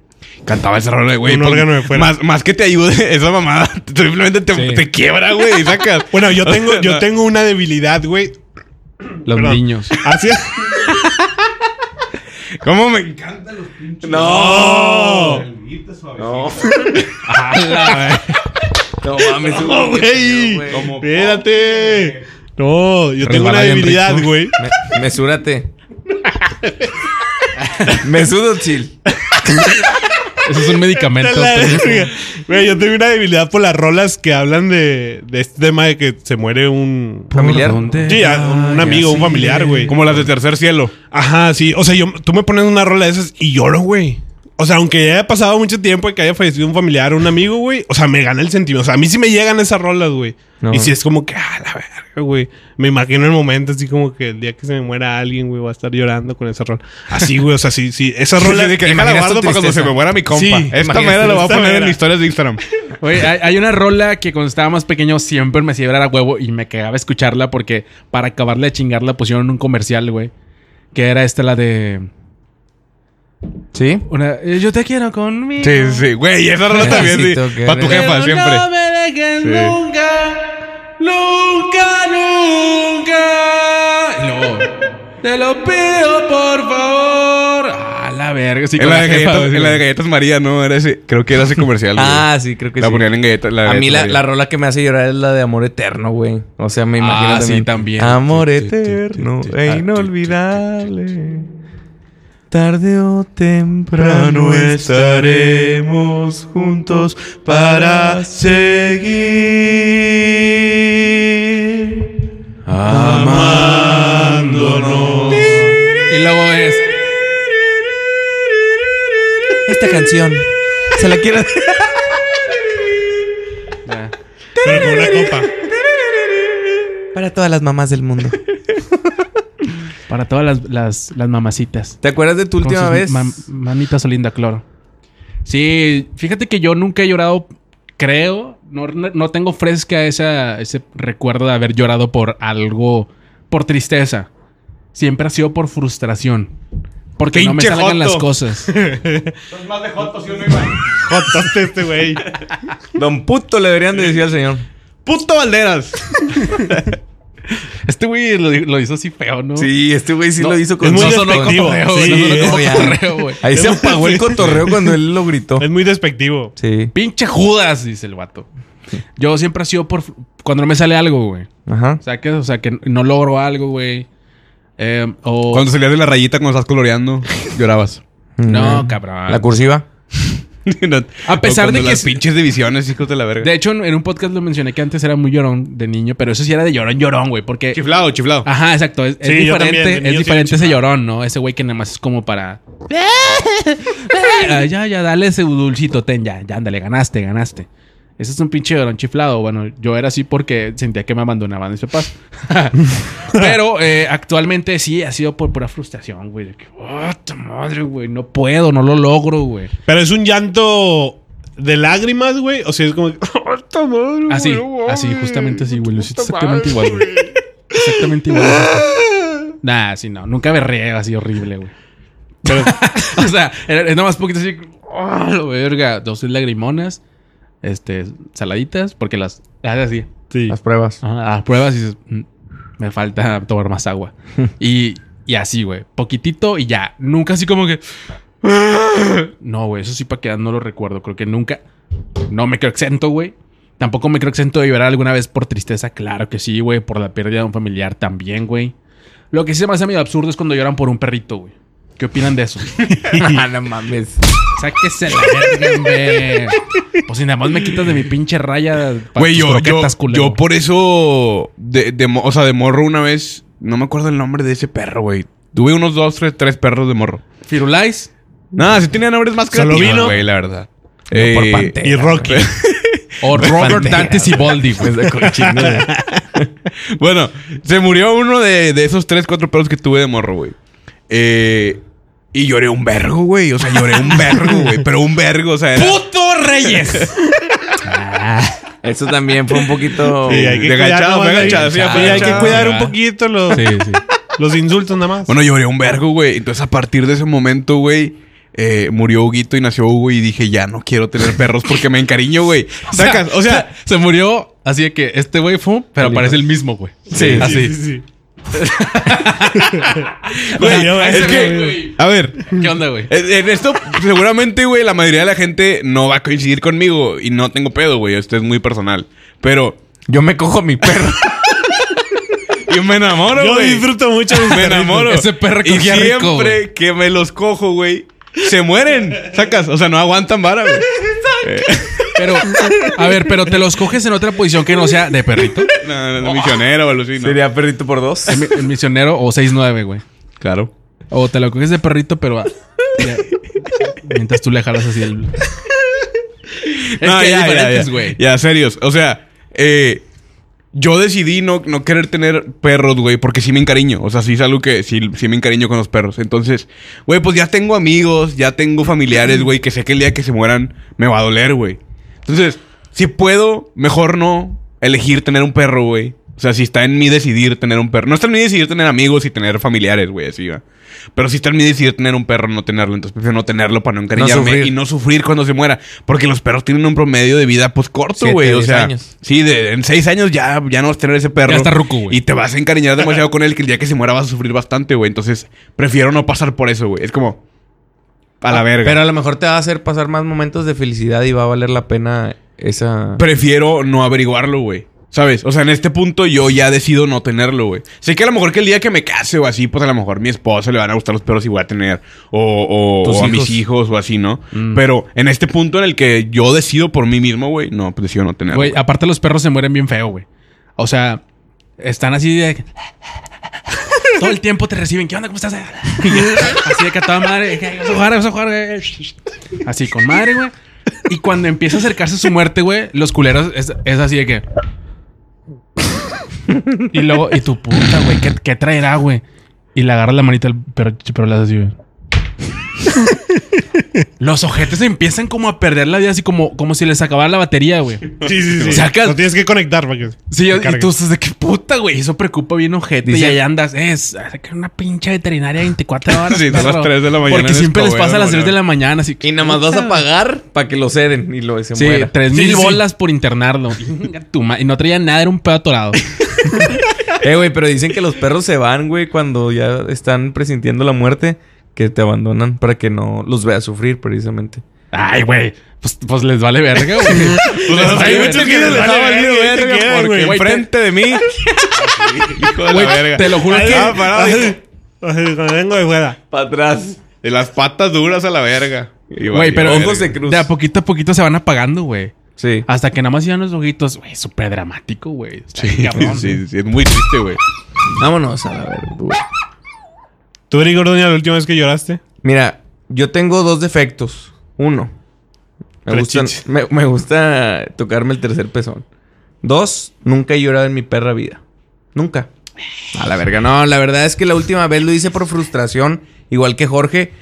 [SPEAKER 2] Cantaba esa rola, güey. pues,
[SPEAKER 4] Un órgano de fuera.
[SPEAKER 2] Más, más que te ayude, (laughs) esa mamada simplemente te,
[SPEAKER 1] Sí.
[SPEAKER 2] te quiebra, güey,
[SPEAKER 4] (laughs)
[SPEAKER 2] y sacas.
[SPEAKER 4] Bueno, yo
[SPEAKER 2] O
[SPEAKER 4] tengo,
[SPEAKER 2] sea,
[SPEAKER 4] yo
[SPEAKER 2] no.
[SPEAKER 1] (laughs)
[SPEAKER 4] tengo una debilidad, güey.
[SPEAKER 1] (laughs) Los
[SPEAKER 4] Perdón.
[SPEAKER 1] niños.
[SPEAKER 4] Hacia.
[SPEAKER 2] ¿Cómo me encantan los pinches?
[SPEAKER 4] ¡No!
[SPEAKER 2] No.
[SPEAKER 3] No mames.
[SPEAKER 4] No, güey.
[SPEAKER 2] Como-
[SPEAKER 4] Espérate. No, yo tengo una
[SPEAKER 1] Resbala bien
[SPEAKER 4] debilidad,
[SPEAKER 1] rico.
[SPEAKER 4] güey.
[SPEAKER 3] Me- (laughs) Mesúrate. Mesudo chill.
[SPEAKER 1] Eso es
[SPEAKER 2] (laughs)
[SPEAKER 1] un medicamento.
[SPEAKER 4] La
[SPEAKER 1] (laughs)
[SPEAKER 4] verga. Güey, yo tengo una debilidad por las rolas que hablan de, de este tema de que se muere un.
[SPEAKER 3] Familiar.
[SPEAKER 4] Sí, a- un amigo, un familiar, güey.
[SPEAKER 2] Como las
[SPEAKER 4] (laughs)
[SPEAKER 2] de Tercer Cielo.
[SPEAKER 4] Ajá, sí. O sea, yo, tú me pones una rola de esas y lloro, güey. O sea, aunque ya haya pasado mucho tiempo y que haya fallecido un familiar o un amigo, güey. O sea, me gana el sentimiento. O sea, a mí sí me llegan esas rolas, güey.
[SPEAKER 3] No.
[SPEAKER 4] Y sí es como que, ah, la verga, güey. Me imagino el momento así como que el día que se me muera alguien, güey, va a estar llorando con esa rola. Así, güey. O sea, sí, sí. Esa rola.
[SPEAKER 2] de que
[SPEAKER 3] Imaginas
[SPEAKER 2] déjala
[SPEAKER 3] tu
[SPEAKER 2] guardo para cuando
[SPEAKER 3] tristeza.
[SPEAKER 2] se me muera mi compa.
[SPEAKER 4] Sí,
[SPEAKER 2] Esta
[SPEAKER 4] imagínate,
[SPEAKER 2] manera la voy a
[SPEAKER 4] esta
[SPEAKER 2] poner en
[SPEAKER 4] manera.
[SPEAKER 2] mis historias de Instagram.
[SPEAKER 1] Oye, hay, hay una rola que cuando estaba más pequeño siempre me hacía llorar a huevo y me cagaba escucharla porque para acabarle de chingarla pusieron un comercial, güey. Que era esta la de.
[SPEAKER 3] ¿Sí?
[SPEAKER 1] Una, eh, yo te quiero conmigo.
[SPEAKER 2] Sí, sí, güey, esa rola también, sí.
[SPEAKER 3] Necesito que
[SPEAKER 2] Para tu
[SPEAKER 3] me-
[SPEAKER 1] Pero
[SPEAKER 2] jefa, siempre.
[SPEAKER 1] No me dejes
[SPEAKER 2] Sí.
[SPEAKER 1] nunca, nunca, nunca. Y luego, te lo pido por favor. A la verga, sí,
[SPEAKER 2] En
[SPEAKER 1] con
[SPEAKER 2] la, de
[SPEAKER 1] jefa,
[SPEAKER 2] galletas,
[SPEAKER 1] güey,
[SPEAKER 2] en la de
[SPEAKER 1] güey.
[SPEAKER 2] galletas María, ¿no? Era ese, creo que era ese comercial. güey.
[SPEAKER 3] Ah, sí, creo que
[SPEAKER 2] La
[SPEAKER 3] sí.
[SPEAKER 2] ponían en galletas. la
[SPEAKER 3] A mí la,
[SPEAKER 2] galleta
[SPEAKER 3] la
[SPEAKER 2] María.
[SPEAKER 3] rola que me hace llorar es la de Amor Eterno, güey. O sea, me imagino
[SPEAKER 1] Ah, sí,
[SPEAKER 3] también.
[SPEAKER 1] también.
[SPEAKER 3] Amor
[SPEAKER 1] Sí, sí, sí,
[SPEAKER 3] eterno
[SPEAKER 1] sí, sí. Ah,
[SPEAKER 3] e
[SPEAKER 1] sí,
[SPEAKER 3] inolvidable. Tarde o temprano estaremos juntos para seguir amándonos.
[SPEAKER 1] Y luego es.
[SPEAKER 3] canción. Se la
[SPEAKER 1] (laughs)
[SPEAKER 3] quiero.
[SPEAKER 1] Ya.
[SPEAKER 4] Pero con una copa.
[SPEAKER 3] Para todas las mamás del mundo.
[SPEAKER 1] Para todas las, las, las mamacitas.
[SPEAKER 3] ¿Te acuerdas de tu
[SPEAKER 1] Con
[SPEAKER 3] última
[SPEAKER 1] sus
[SPEAKER 3] vez?
[SPEAKER 1] mam- mamitas olinda cloro. Sí, fíjate que yo nunca he llorado, creo. No, no tengo fresca esa, ese recuerdo de haber llorado por algo, por tristeza. Siempre ha sido por frustración. Porque no me
[SPEAKER 4] Pinche
[SPEAKER 1] salgan las
[SPEAKER 4] joto.
[SPEAKER 1] cosas.
[SPEAKER 4] Jotaste este güey.
[SPEAKER 3] Don puto le deberían de decir al señor.
[SPEAKER 2] ¡Puto Valderas!
[SPEAKER 1] Este güey lo, lo hizo así feo, ¿no?
[SPEAKER 3] Sí, este güey sí
[SPEAKER 1] No,
[SPEAKER 3] lo hizo
[SPEAKER 4] es
[SPEAKER 3] con
[SPEAKER 4] muy
[SPEAKER 3] su
[SPEAKER 1] No sonó como
[SPEAKER 4] despectivo.
[SPEAKER 1] feo,
[SPEAKER 4] Sí,
[SPEAKER 1] no sonó
[SPEAKER 4] es-
[SPEAKER 1] como
[SPEAKER 3] muy-
[SPEAKER 1] cotorreo, güey.
[SPEAKER 3] Ahí se apagó el cotorreo cuando él lo gritó.
[SPEAKER 4] Es muy despectivo.
[SPEAKER 3] Sí.
[SPEAKER 1] Pinche Judas, dice el vato. Yo siempre ha sido por... fr- Cuando no me sale algo, güey.
[SPEAKER 3] Ajá.
[SPEAKER 1] O sea, que, o sea, que no logro algo, güey. Em, o...
[SPEAKER 2] Cuando salías de la rayita cuando estás coloreando, llorabas.
[SPEAKER 1] No,
[SPEAKER 3] Mm.
[SPEAKER 1] cabrón.
[SPEAKER 3] La cursiva.
[SPEAKER 2] No-
[SPEAKER 1] A pesar
[SPEAKER 2] o cuando
[SPEAKER 1] de que
[SPEAKER 2] las
[SPEAKER 1] es-
[SPEAKER 2] pinches divisiones, hijos de la verga.
[SPEAKER 1] De hecho, en, en un podcast lo mencioné que antes era muy llorón de niño, pero eso sí era de llorón, llorón, güey. Porque.
[SPEAKER 2] Chiflado, chiflado.
[SPEAKER 1] Ajá, exacto. Es, es
[SPEAKER 4] Sí, yo
[SPEAKER 1] diferente,
[SPEAKER 4] también, de niño
[SPEAKER 1] es
[SPEAKER 4] sí
[SPEAKER 1] diferente ese
[SPEAKER 4] chiflado.
[SPEAKER 1] llorón, ¿no? Ese güey que nada más es
[SPEAKER 4] (laughs)
[SPEAKER 1] como para. Ah, ya, ya, dale ese dulcito, ten, ya, ya, ándale, ganaste, ganaste. Ese es un pinche llorón chiflado. Bueno, yo era así porque sentía que me abandonaban mis papás. (laughs) Pero eh, actualmente sí ha sido por pura frustración, güey. De que, oh, tu madre, güey. No puedo, no lo logro, güey.
[SPEAKER 4] Pero es un llanto de lágrimas, güey. O sea, es como. ¡Esta madre, güey,
[SPEAKER 1] Así,
[SPEAKER 4] no mames!
[SPEAKER 1] así, ah, justamente así, güey. Lo hiciste
[SPEAKER 4] Puta
[SPEAKER 1] exactamente
[SPEAKER 4] madre,
[SPEAKER 1] igual, güey. Exactamente igual.
[SPEAKER 4] (laughs)
[SPEAKER 1] nah, sí, no. Nunca berreo así horrible, güey.
[SPEAKER 4] Pero-
[SPEAKER 1] (laughs) o sea, era- es nada más poquito así. ¡Oh, la verga! Dos lagrimonas. Este, saladitas, porque las haces así.
[SPEAKER 4] Sí.
[SPEAKER 3] Las
[SPEAKER 1] (laughs)
[SPEAKER 3] pruebas.
[SPEAKER 1] Ajá, a pruebas y dices, "Mm, me falta tomar más
[SPEAKER 2] (laughs)
[SPEAKER 1] agua. y, y así, güey. Poquitito y ya. Nunca así como que. "Ah". no, güey. Eso sí, para que no lo recuerdo. Creo que nunca. No me creo exento, güey. Tampoco me creo exento de llorar alguna vez por tristeza. Claro que sí, güey. Por la pérdida de un familiar también, güey. Lo que sí se me hace medio absurdo es cuando lloran por un perrito, güey. ¿Qué opinan de eso?
[SPEAKER 2] (laughs)
[SPEAKER 3] Ah, (laughs) no mames.
[SPEAKER 1] Sáquese la verga, güey. Pues si nada más me quitas de mi pinche raya. para
[SPEAKER 2] Güey,
[SPEAKER 1] tus
[SPEAKER 2] yo, yo,
[SPEAKER 1] Ah, croquetas, culero.
[SPEAKER 2] yo por eso, de, de mo- o sea, de morro una vez, no me acuerdo el nombre de ese perro, güey. Tuve unos dos, tres, tres perros de morro.
[SPEAKER 1] ¿Firulais?
[SPEAKER 2] Nada, sí tenía nombres más
[SPEAKER 4] Solo
[SPEAKER 2] creativos,
[SPEAKER 4] vino.
[SPEAKER 2] güey, la verdad.
[SPEAKER 3] No, por
[SPEAKER 2] Eh,
[SPEAKER 3] Pantera,
[SPEAKER 4] Y Rocky.
[SPEAKER 1] O Robert
[SPEAKER 3] Pantera.
[SPEAKER 1] Dante Siboldi,
[SPEAKER 2] (laughs)
[SPEAKER 1] güey.
[SPEAKER 2] Bueno, se murió uno de, de esos tres, cuatro perros que tuve de morro, güey. Eh, y lloré un vergo, güey. O sea, lloré un vergo, güey. Pero un vergo, o sea, era
[SPEAKER 1] ¡Puto Reyes! Ah.
[SPEAKER 3] Eso también fue un poquito.
[SPEAKER 4] Sí, eh, hay que
[SPEAKER 2] Oh, De
[SPEAKER 4] cuidar
[SPEAKER 2] agachado,
[SPEAKER 4] nomás,
[SPEAKER 2] fue
[SPEAKER 4] güey.
[SPEAKER 2] agachado, sí,
[SPEAKER 4] Sí,
[SPEAKER 2] fue
[SPEAKER 4] hay que
[SPEAKER 2] agachado,
[SPEAKER 4] cuidar un
[SPEAKER 2] ¿verdad?
[SPEAKER 4] poquito los,
[SPEAKER 1] Sí, sí.
[SPEAKER 4] los insultos nada más.
[SPEAKER 2] Bueno, lloré un vergo, güey. Entonces, a partir de ese momento, güey, eh, murió Huguito y nació Hugo. Y dije, ya no quiero tener perros porque me encariño, güey. Sacas, o sea,
[SPEAKER 1] se murió así de que este güey fue, pero aparece el mismo, güey.
[SPEAKER 2] Sí,
[SPEAKER 4] sí,
[SPEAKER 1] así.
[SPEAKER 4] sí.
[SPEAKER 2] güey,
[SPEAKER 4] Valió
[SPEAKER 2] (laughs) es
[SPEAKER 4] verga,
[SPEAKER 2] que,
[SPEAKER 1] güey.
[SPEAKER 2] a ver,
[SPEAKER 1] ¿Qué onda, güey?
[SPEAKER 2] en en esto seguramente, güey, la mayoría de la gente no va a coincidir conmigo. Y no tengo pedo, güey. Esto es muy personal. Pero
[SPEAKER 3] Yo me cojo a mi perro.
[SPEAKER 2] yo me enamoro,
[SPEAKER 4] Yo
[SPEAKER 2] güey.
[SPEAKER 4] disfruto mucho de mis
[SPEAKER 2] Me
[SPEAKER 4] perritos.
[SPEAKER 2] enamoro.
[SPEAKER 1] Ese perro
[SPEAKER 2] Y
[SPEAKER 1] cogía
[SPEAKER 2] siempre
[SPEAKER 1] rico, güey.
[SPEAKER 2] que me los cojo, güey, se mueren. Sacas, o sea, no aguantan vara, güey.
[SPEAKER 1] (laughs) Pero, a ver, pero te los coges en otra posición que no sea de perrito.
[SPEAKER 2] No, no, no, misionero o algo así, ¿no?
[SPEAKER 3] Sería perrito por dos.
[SPEAKER 1] El, mi- el misionero o 6-9, güey.
[SPEAKER 2] Claro.
[SPEAKER 1] O te lo coges de perrito, pero. ah, ya. mientras tú le jalas así el. Es
[SPEAKER 2] No,
[SPEAKER 1] que hay
[SPEAKER 2] ya, ya,
[SPEAKER 1] diferentes,
[SPEAKER 2] ya.
[SPEAKER 1] güey.
[SPEAKER 2] Ya, serios. O sea, eh, yo decidí no, no querer tener perros, güey, porque sí me encariño. O sea, sí es algo que sí, sí me encariño con los perros. Entonces, güey, pues ya tengo amigos, ya tengo familiares, güey, que sé que el día que se mueran me va a doler, güey. Entonces, si puedo, mejor no elegir tener un perro, güey. O sea, si está en mí decidir tener un perro. No está en mí decidir tener amigos y tener familiares, güey, así va. Pero si está en mí decidir tener un perro, no tenerlo. Entonces prefiero no tenerlo para no encariñarme
[SPEAKER 3] sufrir.
[SPEAKER 2] y no sufrir cuando se muera. Porque los perros tienen un promedio de vida, pues corto,
[SPEAKER 3] Siete,
[SPEAKER 2] güey. O
[SPEAKER 3] diez
[SPEAKER 2] sea,
[SPEAKER 3] años.
[SPEAKER 2] sí, de, en seis años ya, ya no vas a tener ese perro.
[SPEAKER 1] Ya está ruco, güey.
[SPEAKER 2] Y te vas a encariñar demasiado con él que el día que se muera vas a sufrir bastante, güey. Entonces prefiero no pasar por eso, güey. Es como. A la verga.
[SPEAKER 3] Pero a lo mejor te va a hacer pasar más momentos de felicidad y va a valer la pena esa.
[SPEAKER 2] prefiero no averiguarlo, güey. ¿Sabes? O sea, en este punto yo ya decido no tenerlo, güey. Sé que a lo mejor que el día que me case o así, pues a lo mejor mi esposa le van a gustar los perros y voy a tener. O, o-
[SPEAKER 3] Tus
[SPEAKER 2] o a
[SPEAKER 3] hijos.
[SPEAKER 2] mis hijos o así, ¿no? Pero en este punto en el que yo decido por mí mismo, güey, no, pues decido no tenerlo.
[SPEAKER 1] Güey, aparte los perros se mueren bien feo, güey. O sea, están así de... (laughs) Todo el tiempo te reciben. ¿Qué onda? ¿Cómo estás? (laughs) Así de que a toda madre. "Ey, Vamos a jugar, vamos a jugar, (laughs) güey". Así con madre, güey. Y cuando empieza a acercarse su muerte, güey, los culeros es, es así de que. (laughs) Y luego, y tu puta, güey, ¿qué, qué traerá, güey? Y le agarra la manita al perro, pero le hace así, güey. (laughs) Los ojetes empiezan como a perder la vida, así como, como si les acabara la batería, güey.
[SPEAKER 4] Sí, sí, sí.
[SPEAKER 1] Sacas-
[SPEAKER 4] Lo tienes que conectar para que. se
[SPEAKER 1] Sí, y
[SPEAKER 4] cargue.
[SPEAKER 1] tú dices de qué puta, güey. Eso preocupa bien ojete.
[SPEAKER 3] Dice-
[SPEAKER 1] y ahí andas. Es sacar una pinche veterinaria 24 horas.
[SPEAKER 2] (laughs) Sí, de las
[SPEAKER 1] perro.
[SPEAKER 2] 3 de la mañana
[SPEAKER 1] Porque
[SPEAKER 2] en
[SPEAKER 1] siempre les
[SPEAKER 2] Escobedo,
[SPEAKER 1] pasa a las
[SPEAKER 2] güey.
[SPEAKER 1] 3 de la mañana. Así,
[SPEAKER 3] Y nada más vas a pagar para que lo ceden y lo se
[SPEAKER 1] Sí,
[SPEAKER 3] muera.
[SPEAKER 1] 3 mil
[SPEAKER 4] Sí, sí.
[SPEAKER 1] bolas por internarlo. (laughs) Inga tu ma- y no traía nada, era un pedo
[SPEAKER 2] (laughs)
[SPEAKER 1] atorado.
[SPEAKER 3] (laughs) Eh, güey, pero dicen que los perros se van, güey, cuando ya están presintiendo la muerte, que te abandonan para que no los veas sufrir, precisamente.
[SPEAKER 1] Ay, güey. Pues, pues les vale verga, güey.
[SPEAKER 2] (laughs) Pues a los
[SPEAKER 1] Ay,
[SPEAKER 2] que
[SPEAKER 1] güey,
[SPEAKER 2] muchos
[SPEAKER 1] te
[SPEAKER 2] que les
[SPEAKER 1] quedas,
[SPEAKER 2] ha
[SPEAKER 1] vale
[SPEAKER 2] valido
[SPEAKER 4] verga,
[SPEAKER 2] verga
[SPEAKER 4] te quedas,
[SPEAKER 2] porque
[SPEAKER 4] güey.
[SPEAKER 1] Güey, te-
[SPEAKER 2] enfrente
[SPEAKER 1] (laughs)
[SPEAKER 2] de mí. (laughs) Hijo de la verga.
[SPEAKER 1] Te lo juro
[SPEAKER 4] Ay,
[SPEAKER 1] que.
[SPEAKER 2] Ah, parado.
[SPEAKER 4] ay, ay, Cuando vengo de fuera.
[SPEAKER 3] Para atrás.
[SPEAKER 2] De las patas duras a la verga. Y
[SPEAKER 1] Güey,
[SPEAKER 2] valió
[SPEAKER 1] pero
[SPEAKER 2] verga.
[SPEAKER 3] Ojos de cruz.
[SPEAKER 1] de a poquito a poquito se van apagando, güey.
[SPEAKER 3] Sí.
[SPEAKER 2] Ah.
[SPEAKER 1] Hasta que nada más iban los ojitos, güey. Súper dramático, güey. Sí,
[SPEAKER 2] (laughs) Sí, sí, es muy triste, güey.
[SPEAKER 3] Vámonos a la verga, güey.
[SPEAKER 4] ¿Tú, Eric Gordonia, la última vez que lloraste?
[SPEAKER 3] Mira, yo tengo dos defectos. Uno. Me,
[SPEAKER 4] Tres
[SPEAKER 3] gustan-
[SPEAKER 4] chichis.
[SPEAKER 3] me, me gusta tocarme el tercer pezón. Dos, nunca he llorado en mi perra vida. Nunca. A la verga, no. La verdad es que la última vez lo hice por frustración, igual que Jorge.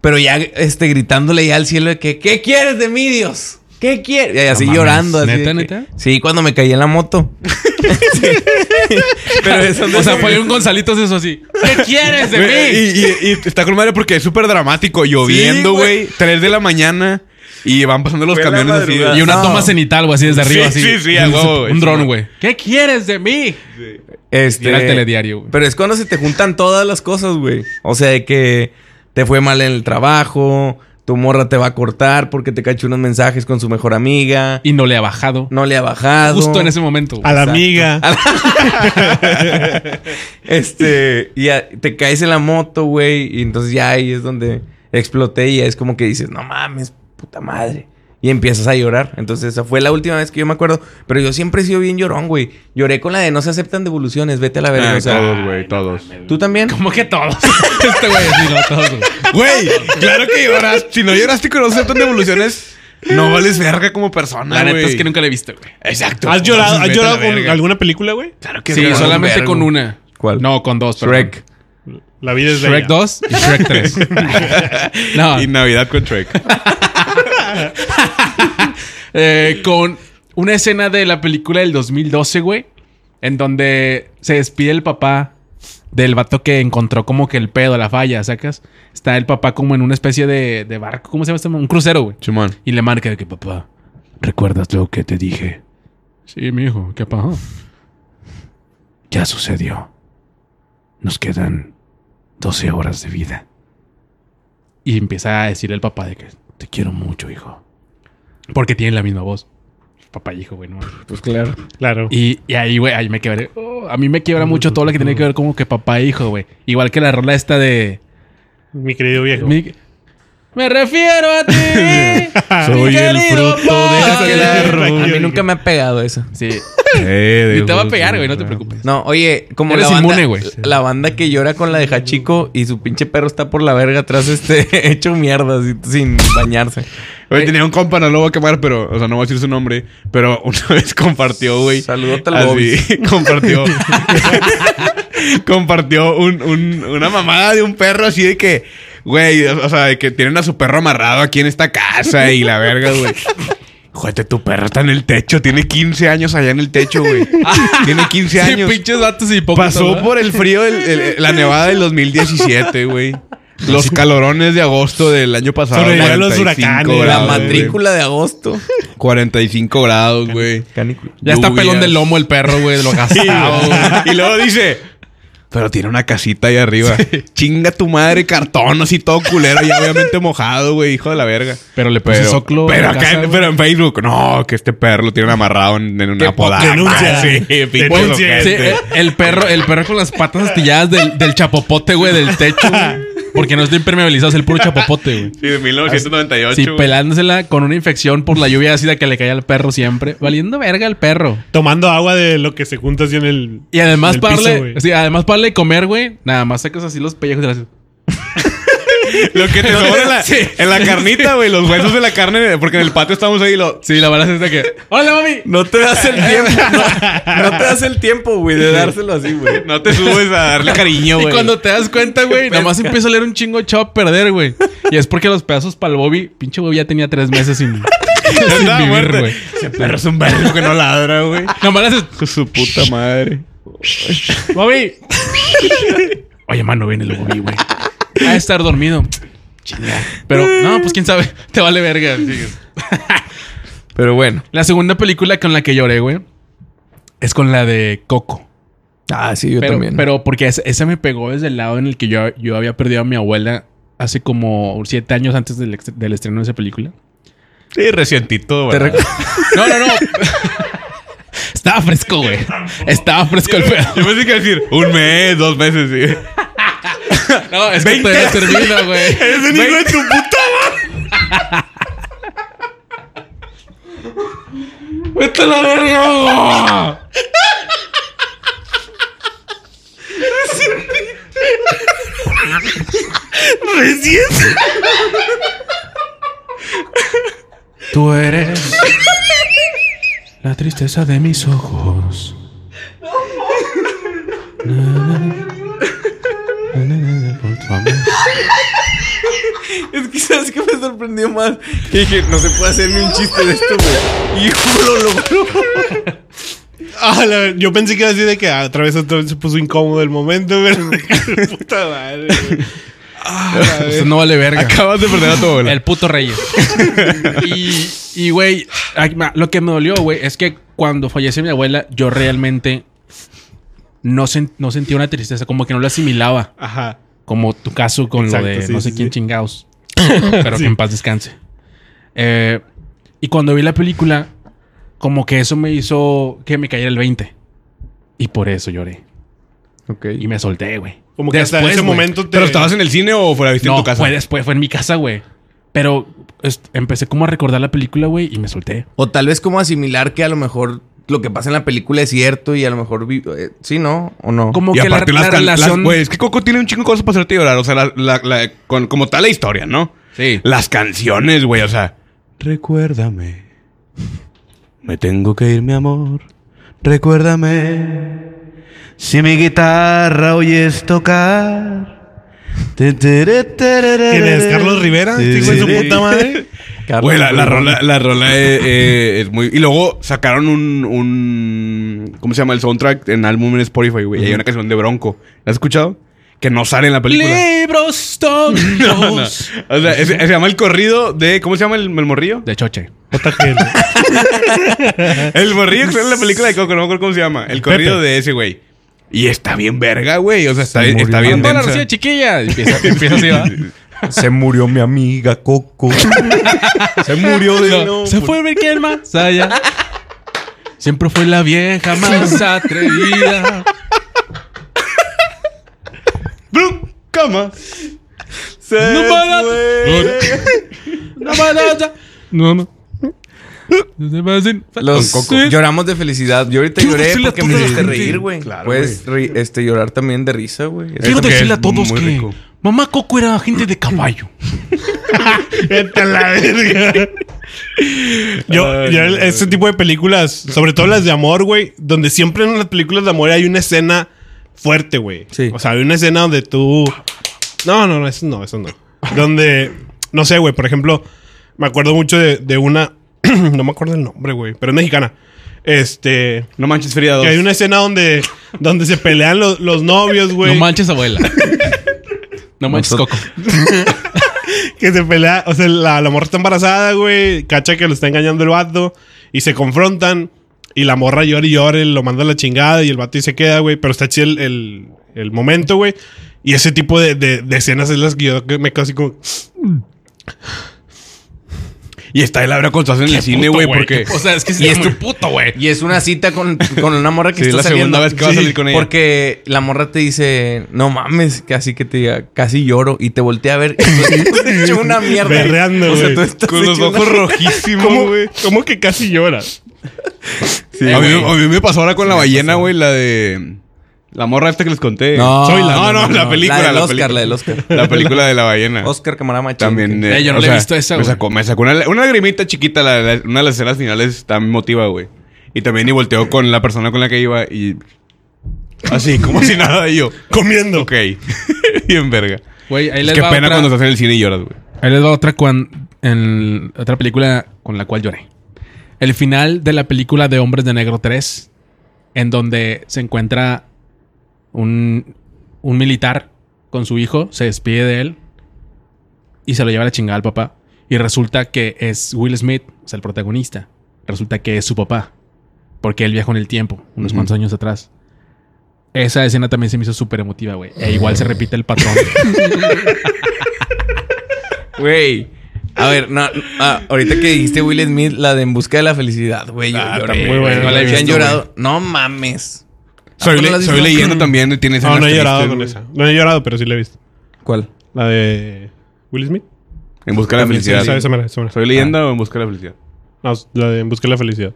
[SPEAKER 3] Pero ya este, gritándole ya al cielo de que, ¿qué quieres de mí, Dios? ¿Qué quieres? Y así
[SPEAKER 1] No mames.
[SPEAKER 3] llorando. Así de
[SPEAKER 1] ¿Neta,
[SPEAKER 3] que-
[SPEAKER 1] neta?
[SPEAKER 3] Sí, cuando me caí en
[SPEAKER 1] (laughs)
[SPEAKER 3] la moto. (laughs) Sí. Pero eso no
[SPEAKER 1] O sea,
[SPEAKER 3] es-
[SPEAKER 1] fue un Gonzalitos eso así. ¿Qué quieres de
[SPEAKER 2] Güey,
[SPEAKER 1] mí?
[SPEAKER 2] Y, y- y está con madre porque es súper dramático. Lloviendo,
[SPEAKER 3] güey.
[SPEAKER 2] güey. 3 de la mañana. Y van pasando los
[SPEAKER 3] Fue la
[SPEAKER 2] camiones así.
[SPEAKER 3] madrugada.
[SPEAKER 1] Y una
[SPEAKER 3] No.
[SPEAKER 1] toma cenital, güey, así desde
[SPEAKER 2] Sí,
[SPEAKER 1] arriba, así.
[SPEAKER 2] sí, sí, a huevo, güey.
[SPEAKER 1] Un
[SPEAKER 2] Sí,
[SPEAKER 1] dron, güey. ¿Qué quieres de mí?
[SPEAKER 3] Este,
[SPEAKER 1] Era el telediario, güey.
[SPEAKER 3] Pero es cuando se te juntan todas las cosas, güey. O sea, de que te fue mal en el trabajo, tu morra te va a cortar porque te cachó unos mensajes con su mejor amiga,
[SPEAKER 1] Y no le ha bajado.
[SPEAKER 3] no le ha bajado.
[SPEAKER 1] Justo en ese momento. güey.
[SPEAKER 4] A la
[SPEAKER 3] Exacto.
[SPEAKER 4] amiga.
[SPEAKER 2] Ah,
[SPEAKER 3] Este, y ya te caes en la moto, güey, y entonces ya ahí es donde exploté y ya es como que dices, no mames, puta madre. Y empiezas a llorar. Entonces, esa fue la última vez que yo me acuerdo. Pero yo siempre he sido bien llorón, güey. Lloré con la de no se aceptan devoluciones, vete a la verga.
[SPEAKER 2] Ah,
[SPEAKER 3] o sea,
[SPEAKER 2] todos, güey, todos.
[SPEAKER 3] ¿Tú también?
[SPEAKER 1] Como que todos. (laughs) este güey, así, no, todos, güey.
[SPEAKER 2] (laughs) Güey, claro que lloras. Si no lloraste con los de evoluciones, no vales verga como persona,
[SPEAKER 1] La neta
[SPEAKER 2] güey.
[SPEAKER 1] es que nunca le he visto, güey.
[SPEAKER 2] Exacto.
[SPEAKER 4] ¿Has llorado,
[SPEAKER 2] Entonces,
[SPEAKER 4] ¿has
[SPEAKER 2] vete a
[SPEAKER 4] llorado
[SPEAKER 2] la
[SPEAKER 4] con
[SPEAKER 2] verga.
[SPEAKER 4] alguna película, güey?
[SPEAKER 2] Claro que
[SPEAKER 1] Sí,
[SPEAKER 2] lloras.
[SPEAKER 1] solamente
[SPEAKER 3] vergo.
[SPEAKER 1] con una.
[SPEAKER 3] ¿Cuál?
[SPEAKER 1] No, con dos. perdón.
[SPEAKER 3] Shrek.
[SPEAKER 4] La vida es de
[SPEAKER 1] Shrek 2 y Shrek (laughs) 3. no,
[SPEAKER 2] Y Navidad con Trek.
[SPEAKER 1] eh, con una escena de la película del 2012, güey, en donde se despide el papá del vato que encontró como que el pedo, la falla, ¿sacas? Está el papá como en una especie de, de barco, ¿cómo se llama este? Un crucero, güey.
[SPEAKER 2] Chumán.
[SPEAKER 1] (laughs) Y le marca de que, papá, ¿recuerdas lo que te dije? Sí, mi hijo, ¿qué pasó? Ya sucedió. Nos quedan 12 horas de vida. Y empieza a decirle al papá de que te quiero mucho, hijo. Porque tienen la misma voz. Papá y hijo, güey. no mames.
[SPEAKER 3] Pues claro.
[SPEAKER 4] Claro.
[SPEAKER 1] Y, y ahí, güey, ahí me quebré. Oh, a mí me quiebra mucho todo lo que tiene que ver como que papá e hijo, güey. Igual que la rola esta de...
[SPEAKER 4] Mi querido viejo.
[SPEAKER 1] Mi- Me refiero
[SPEAKER 2] (laughs)
[SPEAKER 1] a ti.
[SPEAKER 2] Soy
[SPEAKER 1] Mi
[SPEAKER 2] el
[SPEAKER 1] querido
[SPEAKER 2] fruto
[SPEAKER 1] papá.
[SPEAKER 2] del
[SPEAKER 3] A
[SPEAKER 2] árbol.
[SPEAKER 3] mí nunca me ha pegado eso.
[SPEAKER 2] (laughs)
[SPEAKER 1] Sí.
[SPEAKER 2] Eh,
[SPEAKER 1] Y te va a
[SPEAKER 2] de-
[SPEAKER 1] pegar, güey, no te preocupes.
[SPEAKER 3] No, oye, como
[SPEAKER 1] Eres
[SPEAKER 3] la banda,
[SPEAKER 1] inmune, güey.
[SPEAKER 3] la banda que llora con la de Hachico y su pinche perro está por la verga atrás, este, (laughs) hecho mierda, así, sin bañarse.
[SPEAKER 2] Güey,
[SPEAKER 3] Eh,
[SPEAKER 2] tenía un compa, no lo voy a quemar, pero, o sea, no voy a decir su nombre, pero (laughs) una vez compartió, güey.
[SPEAKER 3] Saludote al
[SPEAKER 2] así,
[SPEAKER 3] Bobby.
[SPEAKER 2] (laughs) compartió. compartió un- un- una mamada de un perro así de que, güey, o, o sea, de que tienen a su perro amarrado aquí en esta casa y la verga, güey. Júdate, tu perro está en el techo, tiene 15 años allá en el techo,
[SPEAKER 3] (laughs)
[SPEAKER 2] güey. Tiene 15
[SPEAKER 1] Sí,
[SPEAKER 2] años.
[SPEAKER 1] pinches datos y poco.
[SPEAKER 2] Pasó por el frío, del- el- la nevada del 2017, güey. Los calorones de agosto del año pasado.
[SPEAKER 4] Sobrevivió a los
[SPEAKER 2] 45
[SPEAKER 4] huracanes.
[SPEAKER 3] La
[SPEAKER 4] Bravo,
[SPEAKER 2] grados, güey.
[SPEAKER 3] matrícula de agosto.
[SPEAKER 2] 45 grados, güey.
[SPEAKER 3] Canícula.
[SPEAKER 1] Ya está
[SPEAKER 2] Lluvias.
[SPEAKER 1] pelón del lomo el perro, güey, de lo gastado.
[SPEAKER 2] y luego dice, pero tiene una casita ahí arriba. Chinga tu madre, cartón así todo culero y obviamente mojado, güey, hijo de la verga.
[SPEAKER 1] Pero le puse
[SPEAKER 2] Pero,
[SPEAKER 1] soclo.
[SPEAKER 2] pero
[SPEAKER 1] Pues en
[SPEAKER 2] acá,
[SPEAKER 1] casa,
[SPEAKER 2] en-
[SPEAKER 1] güey.
[SPEAKER 2] pero en Facebook, no, que este perro lo tienen amarrado en, en una podaca.
[SPEAKER 4] denuncia.
[SPEAKER 2] Sí, pinche
[SPEAKER 1] Güey,
[SPEAKER 4] Denuncia.
[SPEAKER 2] ojete.
[SPEAKER 1] sí, eh, el perro, el perro con las patas astilladas del, del chapopote, güey, del techo. güey. Porque no está impermeabilizado, es el puro chapopote, güey.
[SPEAKER 2] Sí, de 1998.
[SPEAKER 1] Sí,
[SPEAKER 2] güey.
[SPEAKER 1] pelándosela con una infección por la lluvia ácida que le cae al perro siempre. Valiendo verga el perro.
[SPEAKER 4] Tomando agua de lo que se junta así en el.
[SPEAKER 1] Y además
[SPEAKER 4] en el piso,
[SPEAKER 1] parle,
[SPEAKER 4] güey.
[SPEAKER 1] sí, además parle de comer, güey. Nada más sacas así los pellejos de las...
[SPEAKER 2] Lo que te sobra en la, en la carnita, güey. Los huesos de la carne. Porque en el patio estamos ahí. Lo,
[SPEAKER 1] Sí, la verdad es de que. ¡Hola, mami!
[SPEAKER 3] No te das el tiempo. No, no te das el tiempo, güey, de dárselo así, güey.
[SPEAKER 2] no te subes a darle cariño,
[SPEAKER 1] y
[SPEAKER 2] güey.
[SPEAKER 1] cuando te das cuenta, güey,
[SPEAKER 3] pesca.
[SPEAKER 1] nomás empieza a leer un chingo de chavo a perder, güey. Y es porque los pedazos para el Bobby, pinche Bobby ya tenía tres meses sin, sin
[SPEAKER 2] Andaba
[SPEAKER 1] vivir,
[SPEAKER 2] muerto.
[SPEAKER 1] güey.
[SPEAKER 2] Ese perro es un perro que no ladra, güey.
[SPEAKER 1] Nomás le haces,
[SPEAKER 2] Con su puta madre.
[SPEAKER 1] ¡Bobby! Oye, mano, viene el Bobby, güey. Va a estar dormido. Chinga. Pero, no, pues quién sabe, te vale verga.
[SPEAKER 3] Pero bueno.
[SPEAKER 1] La segunda película con la que lloré, güey, es con la de Coco.
[SPEAKER 3] Ah, sí, yo
[SPEAKER 1] pero,
[SPEAKER 3] también.
[SPEAKER 1] pero porque es- esa me pegó desde el lado en el que yo, yo había perdido a mi abuela hace como siete años antes del, ex- del estreno de esa película.
[SPEAKER 2] Sí, recientito,
[SPEAKER 3] Te
[SPEAKER 2] güey.
[SPEAKER 3] recu-
[SPEAKER 1] No, no, no. (laughs) Estaba fresco, güey. Estaba fresco el pedo.
[SPEAKER 2] Yo pensé que iba a decir un mes, dos meses. Sí.
[SPEAKER 1] No, es que todavía termina, güey.
[SPEAKER 2] (laughs) Eres un hijo de tu puta
[SPEAKER 1] ¡Vete a la verga, Recién. Tú eres la tristeza de mis ojos.
[SPEAKER 3] (laughs) Es que sabes que me sorprendió más. Que dije, no se puede hacer ni un chiste de esto, güey. Y juro, lo juro.
[SPEAKER 4] Ah, la- yo pensé que iba (laughs) a decir de que ah, otra vez, otra vez se puso incómodo el momento, (laughs) pero. puta madre, güey.
[SPEAKER 1] Eso no vale verga.
[SPEAKER 2] Acabas de perder a tu abuela.
[SPEAKER 1] El puto Reyes. (laughs) y, y, güey, ay, ma, lo que me dolió, güey, es que cuando falleció mi abuela, yo realmente no, sen- no sentía una tristeza, como que no la asimilaba.
[SPEAKER 4] Ajá.
[SPEAKER 1] Como tu caso con
[SPEAKER 4] Exacto,
[SPEAKER 1] lo de
[SPEAKER 4] sí,
[SPEAKER 1] no sé
[SPEAKER 4] sí,
[SPEAKER 1] quién
[SPEAKER 4] sí. (laughs)
[SPEAKER 1] chingados. Pero que en paz descanse. Eh, y cuando vi la película, como que eso me hizo que me cayera el 20. Y por eso lloré.
[SPEAKER 3] Ok.
[SPEAKER 1] Y me solté, güey.
[SPEAKER 4] Como que hasta ese
[SPEAKER 1] güey.
[SPEAKER 4] momento te.
[SPEAKER 2] ¿Pero estabas en el cine o fuera viste
[SPEAKER 1] No,
[SPEAKER 2] en tu casa?
[SPEAKER 1] fue después, fue en mi casa, güey. Pero es- empecé como a recordar la película, güey, y me solté.
[SPEAKER 3] O tal vez como asimilar que a lo mejor lo que pasa en la película es cierto y a lo mejor. vi- eh, sí, ¿no? ¿O no?
[SPEAKER 1] Como
[SPEAKER 2] Y
[SPEAKER 1] que la,
[SPEAKER 2] aparte
[SPEAKER 1] la
[SPEAKER 2] las, can- las-
[SPEAKER 1] relación...
[SPEAKER 2] güey, es que Coco tiene un chingo de cosas para hacerte llorar. O sea, la, la- la- con- como tal la historia, ¿no?
[SPEAKER 1] sí.
[SPEAKER 2] Las canciones, güey, o sea. Recuérdame. Me tengo que ir, mi amor. Recuérdame. Si mi guitarra oyes tocar.
[SPEAKER 4] ¿Quién
[SPEAKER 2] ¿Quién
[SPEAKER 4] es? ¿Carlos Rivera? Este hijo de su puta
[SPEAKER 2] (laughs) madre.
[SPEAKER 3] Carlos
[SPEAKER 2] Güey, la, la
[SPEAKER 3] Rivera.
[SPEAKER 2] rola, la rola eh, eh, es muy. Y luego sacaron un, un- ¿Cómo se llama? El soundtrack en álbum en Spotify, güey. Y Hay una canción de Bronco. ¿La has escuchado? Que no sale en la película.
[SPEAKER 1] Libros (laughs) tontos.
[SPEAKER 2] No, no. O sea,
[SPEAKER 1] (laughs)
[SPEAKER 2] es- se llama el corrido de. ¿Cómo se llama el, el morrillo?
[SPEAKER 1] De choche.
[SPEAKER 4] JGL.
[SPEAKER 2] El morrillo que sale en la película de Coco, no me acuerdo cómo se llama. El corrido de ese, güey. Y está bien verga, güey. O sea, está,
[SPEAKER 3] murió.
[SPEAKER 2] está bien
[SPEAKER 1] Ando la
[SPEAKER 2] densa.
[SPEAKER 1] rocía chiquilla. Empieza, empieza así,
[SPEAKER 2] (laughs)
[SPEAKER 1] ¿va?
[SPEAKER 3] Se murió mi amiga Coco.
[SPEAKER 2] Se murió de.
[SPEAKER 1] No, se fue a ver quién más allá. Siempre fue la vieja más atrevida.
[SPEAKER 2] Bronco más.
[SPEAKER 3] Se
[SPEAKER 1] No para-
[SPEAKER 3] fue.
[SPEAKER 1] No, no, no. No, no. No se pasen.
[SPEAKER 3] Los
[SPEAKER 1] Sí.
[SPEAKER 3] lloramos de felicidad. Yo ahorita
[SPEAKER 1] Quiero
[SPEAKER 3] lloré
[SPEAKER 1] decirle a
[SPEAKER 3] porque
[SPEAKER 1] toda
[SPEAKER 3] me
[SPEAKER 1] la
[SPEAKER 3] hiciste
[SPEAKER 1] gente.
[SPEAKER 3] reír, güey.
[SPEAKER 2] Claro,
[SPEAKER 3] Puedes ri- este, llorar también de risa, güey.
[SPEAKER 1] Quiero
[SPEAKER 2] Eso que
[SPEAKER 1] decirle
[SPEAKER 2] es
[SPEAKER 1] a todos
[SPEAKER 2] muy
[SPEAKER 1] que
[SPEAKER 2] rico.
[SPEAKER 1] mamá Coco era gente de caballo.
[SPEAKER 4] Vete a la verga. (laughs) Yo, yo el- este tipo de películas, sobre todo las de amor, güey, donde siempre en las películas de amor hay una escena fuerte, güey.
[SPEAKER 3] Sí.
[SPEAKER 4] O sea, hay una escena donde tú. No, no, no, eso no, eso no. Donde, no sé, güey, por ejemplo, me acuerdo mucho de, de una. (clears throat) no me acuerdo el nombre, güey, pero es mexicana. Este.
[SPEAKER 2] No manches, Frida dos.
[SPEAKER 4] Que hay una escena donde, donde se pelean los, los novios, güey.
[SPEAKER 1] No manches, abuela. Pues. No manches,
[SPEAKER 3] Nosot-
[SPEAKER 1] Coco.
[SPEAKER 4] Que se pelea, o sea, la, la morra está embarazada, güey. Cacha que lo está engañando el vato. Y se confrontan. Y la morra llora y llora, y lo manda a la chingada. Y el vato y se queda, güey. Pero está chido el, el- el momento, güey. Y ese tipo de, de- de escenas es las que yo que me quedo así como.
[SPEAKER 2] Y está el Laura Contreras en el cine,
[SPEAKER 4] puto,
[SPEAKER 2] güey,
[SPEAKER 4] güey,
[SPEAKER 2] porque...
[SPEAKER 1] qué- o sea, es que sí
[SPEAKER 2] Y
[SPEAKER 1] está
[SPEAKER 2] es
[SPEAKER 1] muy-
[SPEAKER 2] tu puto, güey.
[SPEAKER 3] Y es una cita con, con una morra que
[SPEAKER 2] Sí, es
[SPEAKER 3] está
[SPEAKER 2] la
[SPEAKER 3] saliendo.
[SPEAKER 2] segunda vez que va a
[SPEAKER 3] Sí,
[SPEAKER 2] salir con ella.
[SPEAKER 3] Porque la morra te dice, no mames, que así que te diga, casi lloro. Y te voltea a ver y tú (laughs) estás hecho una mierda.
[SPEAKER 4] Berreando,
[SPEAKER 3] O sea,
[SPEAKER 4] güey.
[SPEAKER 3] tú
[SPEAKER 2] (laughs)
[SPEAKER 3] estás
[SPEAKER 2] Con los
[SPEAKER 3] hecho una-
[SPEAKER 2] ojos rojísimos,
[SPEAKER 4] ¿Cómo,
[SPEAKER 2] güey.
[SPEAKER 4] cómo que casi lloras?
[SPEAKER 3] Sí,
[SPEAKER 2] a, mí,
[SPEAKER 3] güey.
[SPEAKER 2] a mí me pasó ahora con la ballena, güey, la de... La morra esta que les conté.
[SPEAKER 3] No,
[SPEAKER 2] Soy la- No,
[SPEAKER 3] no,
[SPEAKER 2] no,
[SPEAKER 3] no,
[SPEAKER 2] la
[SPEAKER 3] no.
[SPEAKER 2] película.
[SPEAKER 3] La del Oscar,
[SPEAKER 2] película.
[SPEAKER 3] la del Oscar.
[SPEAKER 2] La película de la ballena.
[SPEAKER 3] (laughs) Oscar Camarada Machín.
[SPEAKER 2] También.
[SPEAKER 1] Eh, yo no
[SPEAKER 2] o
[SPEAKER 1] la he
[SPEAKER 2] sea,
[SPEAKER 1] visto esa,
[SPEAKER 2] Me
[SPEAKER 1] güey.
[SPEAKER 2] sacó, me sacó una, una lagrimita chiquita. la- la- una de las escenas finales está emotiva, güey. Y también y volteó con la persona con la que iba y... Así, (laughs) como si nada. Y yo,
[SPEAKER 4] Comiendo.
[SPEAKER 2] ok. (laughs) Bien verga.
[SPEAKER 1] Güey, ahí
[SPEAKER 2] Es
[SPEAKER 1] les
[SPEAKER 2] que
[SPEAKER 1] va
[SPEAKER 2] pena
[SPEAKER 1] otra- Ah,
[SPEAKER 2] cuando estás en el cine y lloras, güey.
[SPEAKER 1] Ahí les va otra, cuan- en otra película con la cual lloré. El final de la película de Hombres de Negro 3, en donde se encuentra un, un militar con su hijo, se despide de él y se lo lleva a la chingada al papá. Y resulta que es Will Smith, o sea, el protagonista. Resulta que es su papá, porque él viajó en el tiempo, unos
[SPEAKER 2] Ujú.
[SPEAKER 1] cuantos años atrás. Esa escena también se me hizo súper emotiva, güey. E igual se repite el patrón.
[SPEAKER 3] Güey. A ver, no, ah, ahorita que dijiste Will Smith, la de En Busca de la Felicidad, güey. yo
[SPEAKER 2] Ah,
[SPEAKER 3] lloro,
[SPEAKER 2] muy
[SPEAKER 3] güey.
[SPEAKER 4] buena,
[SPEAKER 3] No
[SPEAKER 4] la
[SPEAKER 3] la
[SPEAKER 4] he
[SPEAKER 3] habían
[SPEAKER 4] visto,
[SPEAKER 3] llorado. No mames.
[SPEAKER 2] Soy,
[SPEAKER 3] ¿A poco
[SPEAKER 2] le-
[SPEAKER 3] la has
[SPEAKER 2] soy
[SPEAKER 3] visto?
[SPEAKER 2] leyenda también. Tiene
[SPEAKER 4] No,
[SPEAKER 2] escenas
[SPEAKER 4] no he llorado
[SPEAKER 2] tristes,
[SPEAKER 4] con
[SPEAKER 2] güey.
[SPEAKER 4] esa. No he llorado, pero sí la he visto.
[SPEAKER 3] ¿Cuál?
[SPEAKER 4] La de Will Smith.
[SPEAKER 2] En busca de la
[SPEAKER 3] También sí,
[SPEAKER 2] felicidad.
[SPEAKER 4] Esa, esa mera, esa mera. Ah,
[SPEAKER 2] ¿Soy leyenda o en busca de la felicidad?
[SPEAKER 4] No, la de En Busca de la Felicidad.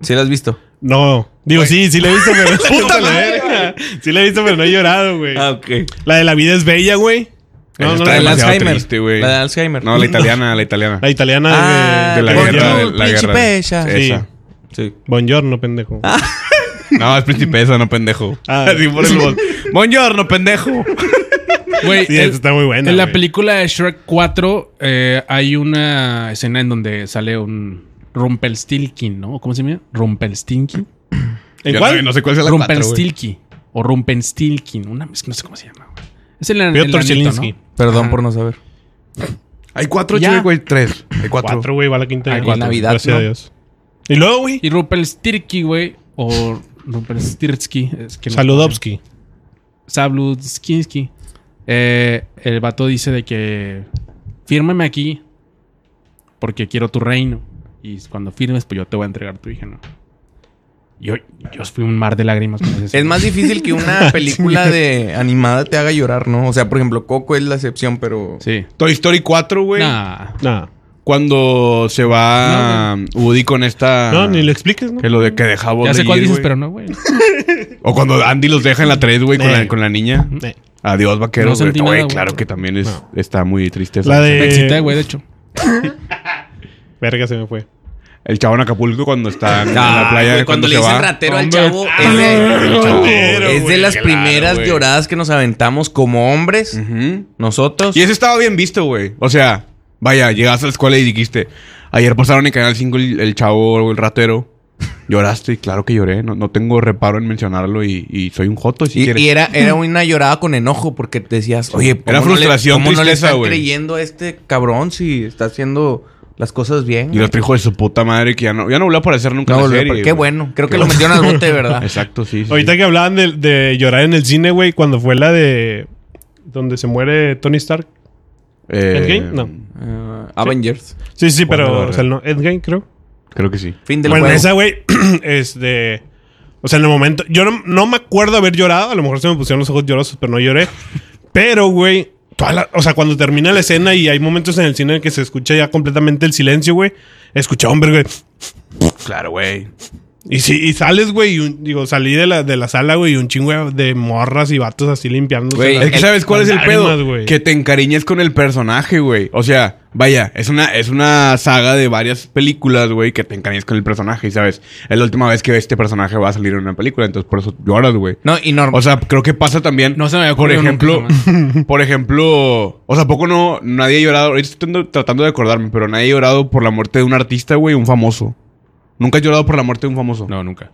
[SPEAKER 3] ¿Sí la has visto?
[SPEAKER 4] No. Digo, sí, sí la he visto, (laughs) pero... ¡Puta la verga! Sí la he visto, pero no he llorado, güey.
[SPEAKER 2] Ah,
[SPEAKER 3] Ah, ok.
[SPEAKER 4] La de La vida es bella, güey. No, no,
[SPEAKER 2] Esa está
[SPEAKER 4] la,
[SPEAKER 3] de
[SPEAKER 4] la,
[SPEAKER 2] demasiado
[SPEAKER 3] Alzheimer.
[SPEAKER 2] triste, güey.
[SPEAKER 3] La de Alzheimer.
[SPEAKER 2] No, la italiana, la italiana.
[SPEAKER 4] italiana
[SPEAKER 3] Ah,
[SPEAKER 4] de,
[SPEAKER 2] de la
[SPEAKER 4] Bon
[SPEAKER 2] guerra.
[SPEAKER 4] Jovi.
[SPEAKER 2] de- la
[SPEAKER 3] Príncipe
[SPEAKER 2] guerra de-
[SPEAKER 3] ella.
[SPEAKER 4] Sí.
[SPEAKER 2] Esa.
[SPEAKER 3] Sí.
[SPEAKER 4] Buongiorno, pendejo.
[SPEAKER 2] No, es principesa, no pendejo.
[SPEAKER 4] Ah.
[SPEAKER 2] (laughs) Así por el bol. Buongiorno, pendejo.
[SPEAKER 1] Güey,
[SPEAKER 4] Sí,
[SPEAKER 1] el-
[SPEAKER 4] esa está muy buena,
[SPEAKER 1] En la
[SPEAKER 4] güey.
[SPEAKER 1] película de Shrek 4 eh, hay una escena en donde sale un Rumpelstilkin, ¿no? ¿Cómo se llama? Rumpelstilkin.
[SPEAKER 4] ¿En
[SPEAKER 2] Yo
[SPEAKER 4] cuál?
[SPEAKER 2] No, no sé cuál es la cuatro, güey.
[SPEAKER 1] Rumpelstilki o Rumpenstilkin, una es que no sé cómo se llama. güey. Es el, el
[SPEAKER 4] Piotr
[SPEAKER 1] enanito, ¿no?
[SPEAKER 4] Zielinski.
[SPEAKER 3] Perdón por no saber.
[SPEAKER 2] Hay cuatro,
[SPEAKER 1] Ya.
[SPEAKER 2] che, güey. Tres. Hay cuatro.
[SPEAKER 4] Cuatro, güey, va la quinta.
[SPEAKER 1] Ah,
[SPEAKER 4] Cuatro.
[SPEAKER 3] Navidad,
[SPEAKER 4] Gracias
[SPEAKER 3] ¿no?
[SPEAKER 4] a Dios. Y luego, güey,
[SPEAKER 1] Y Rumpelstilki, güey, o Rumpelstiltsky, es que no-
[SPEAKER 4] Saludowski.
[SPEAKER 1] Sabludskinski. Eh, el vato dice de que fírmame aquí porque quiero tu reino. Y cuando firmes, pues yo te voy a entregar tu hija, ¿no? Yo, yo fui un mar de lágrimas. con ese
[SPEAKER 3] Es
[SPEAKER 1] señor.
[SPEAKER 3] más difícil que (laughs) una película de animada te haga llorar, ¿no? O sea, por ejemplo, Coco es la excepción, pero...
[SPEAKER 1] Sí.
[SPEAKER 2] Toy Story 4, güey.
[SPEAKER 1] Nah.
[SPEAKER 4] Nah.
[SPEAKER 2] Cuando se va Woody con esta.
[SPEAKER 4] No, ni le expliques, ¿no?
[SPEAKER 2] Que lo de que deja Buzz
[SPEAKER 1] Ya sé cuál
[SPEAKER 2] Lightyear,
[SPEAKER 1] dices,
[SPEAKER 2] güey.
[SPEAKER 1] pero no, güey. Eh,
[SPEAKER 2] O cuando Andy los deja en la 3, güey, con
[SPEAKER 4] Eh.
[SPEAKER 2] la, con la niña.
[SPEAKER 4] Eh.
[SPEAKER 2] Adiós,
[SPEAKER 1] No
[SPEAKER 2] vaqueros, güey.
[SPEAKER 1] sentí
[SPEAKER 2] Güey,
[SPEAKER 1] nada, güey.
[SPEAKER 2] claro que también es,
[SPEAKER 4] No.
[SPEAKER 2] está muy triste. esa
[SPEAKER 4] La
[SPEAKER 2] escena.
[SPEAKER 1] Me
[SPEAKER 4] de-
[SPEAKER 1] excité, güey, de hecho.
[SPEAKER 4] Verga, se me fue.
[SPEAKER 2] El chavo en Acapulco cuando está en la
[SPEAKER 1] Ah,
[SPEAKER 2] playa.
[SPEAKER 3] Ah, güey,
[SPEAKER 2] cuando
[SPEAKER 3] cuando le
[SPEAKER 2] se
[SPEAKER 3] dicen
[SPEAKER 2] va.
[SPEAKER 3] ratero
[SPEAKER 4] Hombre,
[SPEAKER 3] al chavo,
[SPEAKER 4] ah,
[SPEAKER 3] es de,
[SPEAKER 4] ratero,
[SPEAKER 3] es de
[SPEAKER 4] güey,
[SPEAKER 3] las
[SPEAKER 4] claro,
[SPEAKER 3] primeras
[SPEAKER 2] güey.
[SPEAKER 3] lloradas que nos aventamos como hombres,
[SPEAKER 2] Ujú.
[SPEAKER 3] nosotros.
[SPEAKER 2] Y eso estaba bien visto, güey. O sea, vaya, llegaste a la escuela y dijiste, ayer pasaron en Canal 5 el, el chavo, el ratero. Lloraste y claro que lloré. No, no tengo reparo en mencionarlo y, y soy un joto si
[SPEAKER 3] Y,
[SPEAKER 2] quieres.
[SPEAKER 3] y era, era una llorada con enojo porque te decías, oye, ¿cómo
[SPEAKER 2] Era
[SPEAKER 3] no le-
[SPEAKER 2] frustración,
[SPEAKER 3] ¿cómo no le
[SPEAKER 2] tristeza,
[SPEAKER 3] están
[SPEAKER 2] güey.
[SPEAKER 3] creyendo a este cabrón si está haciendo las cosas bien?
[SPEAKER 2] Y el otro hijo de su puta madre que ya no, ya no volvió a aparecer nunca
[SPEAKER 3] No,
[SPEAKER 2] en la
[SPEAKER 3] volvió,
[SPEAKER 2] serie.
[SPEAKER 3] pero qué
[SPEAKER 2] güey.
[SPEAKER 3] bueno. Creo que lo metieron al bote,
[SPEAKER 2] (laughs)
[SPEAKER 3] de ¿verdad?
[SPEAKER 2] Exacto, sí. sí,
[SPEAKER 4] Ahorita
[SPEAKER 2] sí.
[SPEAKER 4] que hablaban de, de llorar en el cine, güey, cuando fue la de. Donde se muere Tony Stark.
[SPEAKER 2] Eh,
[SPEAKER 4] ¿Endgame? No.
[SPEAKER 3] Eh, Avengers.
[SPEAKER 4] Sí, sí,
[SPEAKER 2] ¿Cuándo
[SPEAKER 4] pero.
[SPEAKER 2] la
[SPEAKER 4] O sea, no, Endgame, creo.
[SPEAKER 2] Creo que sí.
[SPEAKER 3] Fin del
[SPEAKER 4] Bueno,
[SPEAKER 3] juego.
[SPEAKER 4] esa, güey, (clears throat) este. O sea, en el momento. Yo no, no me acuerdo haber llorado. A lo mejor se me pusieron los ojos llorosos, pero no lloré. (laughs) Pero, güey. toda la- o sea, cuando termina la escena y hay momentos en el cine en que se escucha ya completamente el silencio, güey. Escuchaba un vergo de-
[SPEAKER 2] Claro, güey.
[SPEAKER 4] Y sí, y sales, güey, y un- digo, salí de la, de la sala, güey, y un chingo de morras y vatos así limpiándose.
[SPEAKER 3] Güey,
[SPEAKER 4] la-
[SPEAKER 2] Es que
[SPEAKER 3] El-
[SPEAKER 2] sabes cuál es el
[SPEAKER 4] lágrimas,
[SPEAKER 2] pedo.
[SPEAKER 4] güey.
[SPEAKER 2] Que te encariñes con el personaje, güey. O sea, vaya, es una, es una saga de varias películas, güey, que te encariñes con el personaje. Y sabes, es la última vez que este personaje va a salir en una película, entonces por eso lloras, güey.
[SPEAKER 3] No, y normal.
[SPEAKER 2] O sea, creo que pasa también.
[SPEAKER 1] No se me había
[SPEAKER 2] Por
[SPEAKER 1] ocurrido
[SPEAKER 2] ejemplo,
[SPEAKER 1] nunca
[SPEAKER 2] (laughs) por ejemplo, o sea, ¿a poco no nadie ha llorado. Ahorita estoy tratando, tratando de acordarme, pero nadie ha llorado por la muerte de un artista, güey, un famoso. Nunca has llorado por la muerte de un famoso. No,
[SPEAKER 1] No, nunca.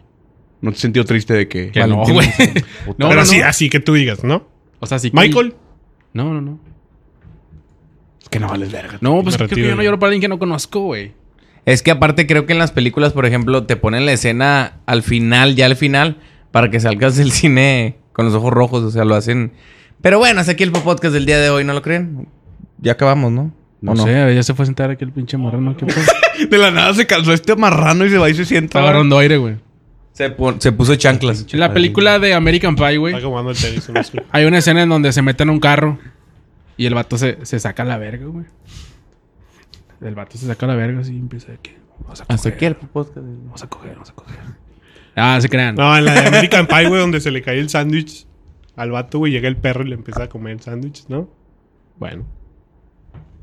[SPEAKER 2] te has sentido triste de que.
[SPEAKER 1] Que no,
[SPEAKER 2] Valentín-
[SPEAKER 1] güey. (laughs)
[SPEAKER 2] Puta.
[SPEAKER 1] No,
[SPEAKER 4] pero
[SPEAKER 1] no,
[SPEAKER 4] así,
[SPEAKER 1] no.
[SPEAKER 4] así que tú digas, ¿no?
[SPEAKER 1] O sea, sí. que-
[SPEAKER 4] Michael.
[SPEAKER 1] No, no, no.
[SPEAKER 2] Es que no vales verga.
[SPEAKER 1] No, pues
[SPEAKER 4] Me
[SPEAKER 1] creo que
[SPEAKER 4] retiro,
[SPEAKER 1] yo no
[SPEAKER 4] güey.
[SPEAKER 1] lloro para alguien que no conozco, güey.
[SPEAKER 3] Es que aparte creo que en las películas, por ejemplo, te ponen la escena al final, ya al final, para que salgas del cine con los ojos rojos. O sea, lo hacen. Pero bueno, hasta aquí el podcast del día de hoy, ¿no lo creen? Ya acabamos, ¿no?
[SPEAKER 1] No,
[SPEAKER 3] ¿O no?
[SPEAKER 1] sé, ya se fue a sentar aquí el pinche morrano. (laughs) ¿Qué pasa?
[SPEAKER 2] (laughs) De la nada se cansó este marrano y se va y se sienta.
[SPEAKER 1] Está agarrando aire, güey.
[SPEAKER 3] Se, pon- se puso chanclas.
[SPEAKER 1] La película de American Pie,
[SPEAKER 4] Está
[SPEAKER 1] güey.
[SPEAKER 4] jugando el tenis. no sé.
[SPEAKER 1] Hay una escena en donde se mete en un carro y el vato se, se saca la verga, güey. El vato se saca la verga así y empieza de que. Vamos a coger.
[SPEAKER 3] Hasta aquí el podcast.
[SPEAKER 1] Vamos a coger, vamos a coger. Ah, se crean.
[SPEAKER 4] No, en la de American Pie, güey, donde se le cae el sándwich al vato, güey. Llega el perro y le empieza a comer el sándwich, ¿no? Bueno.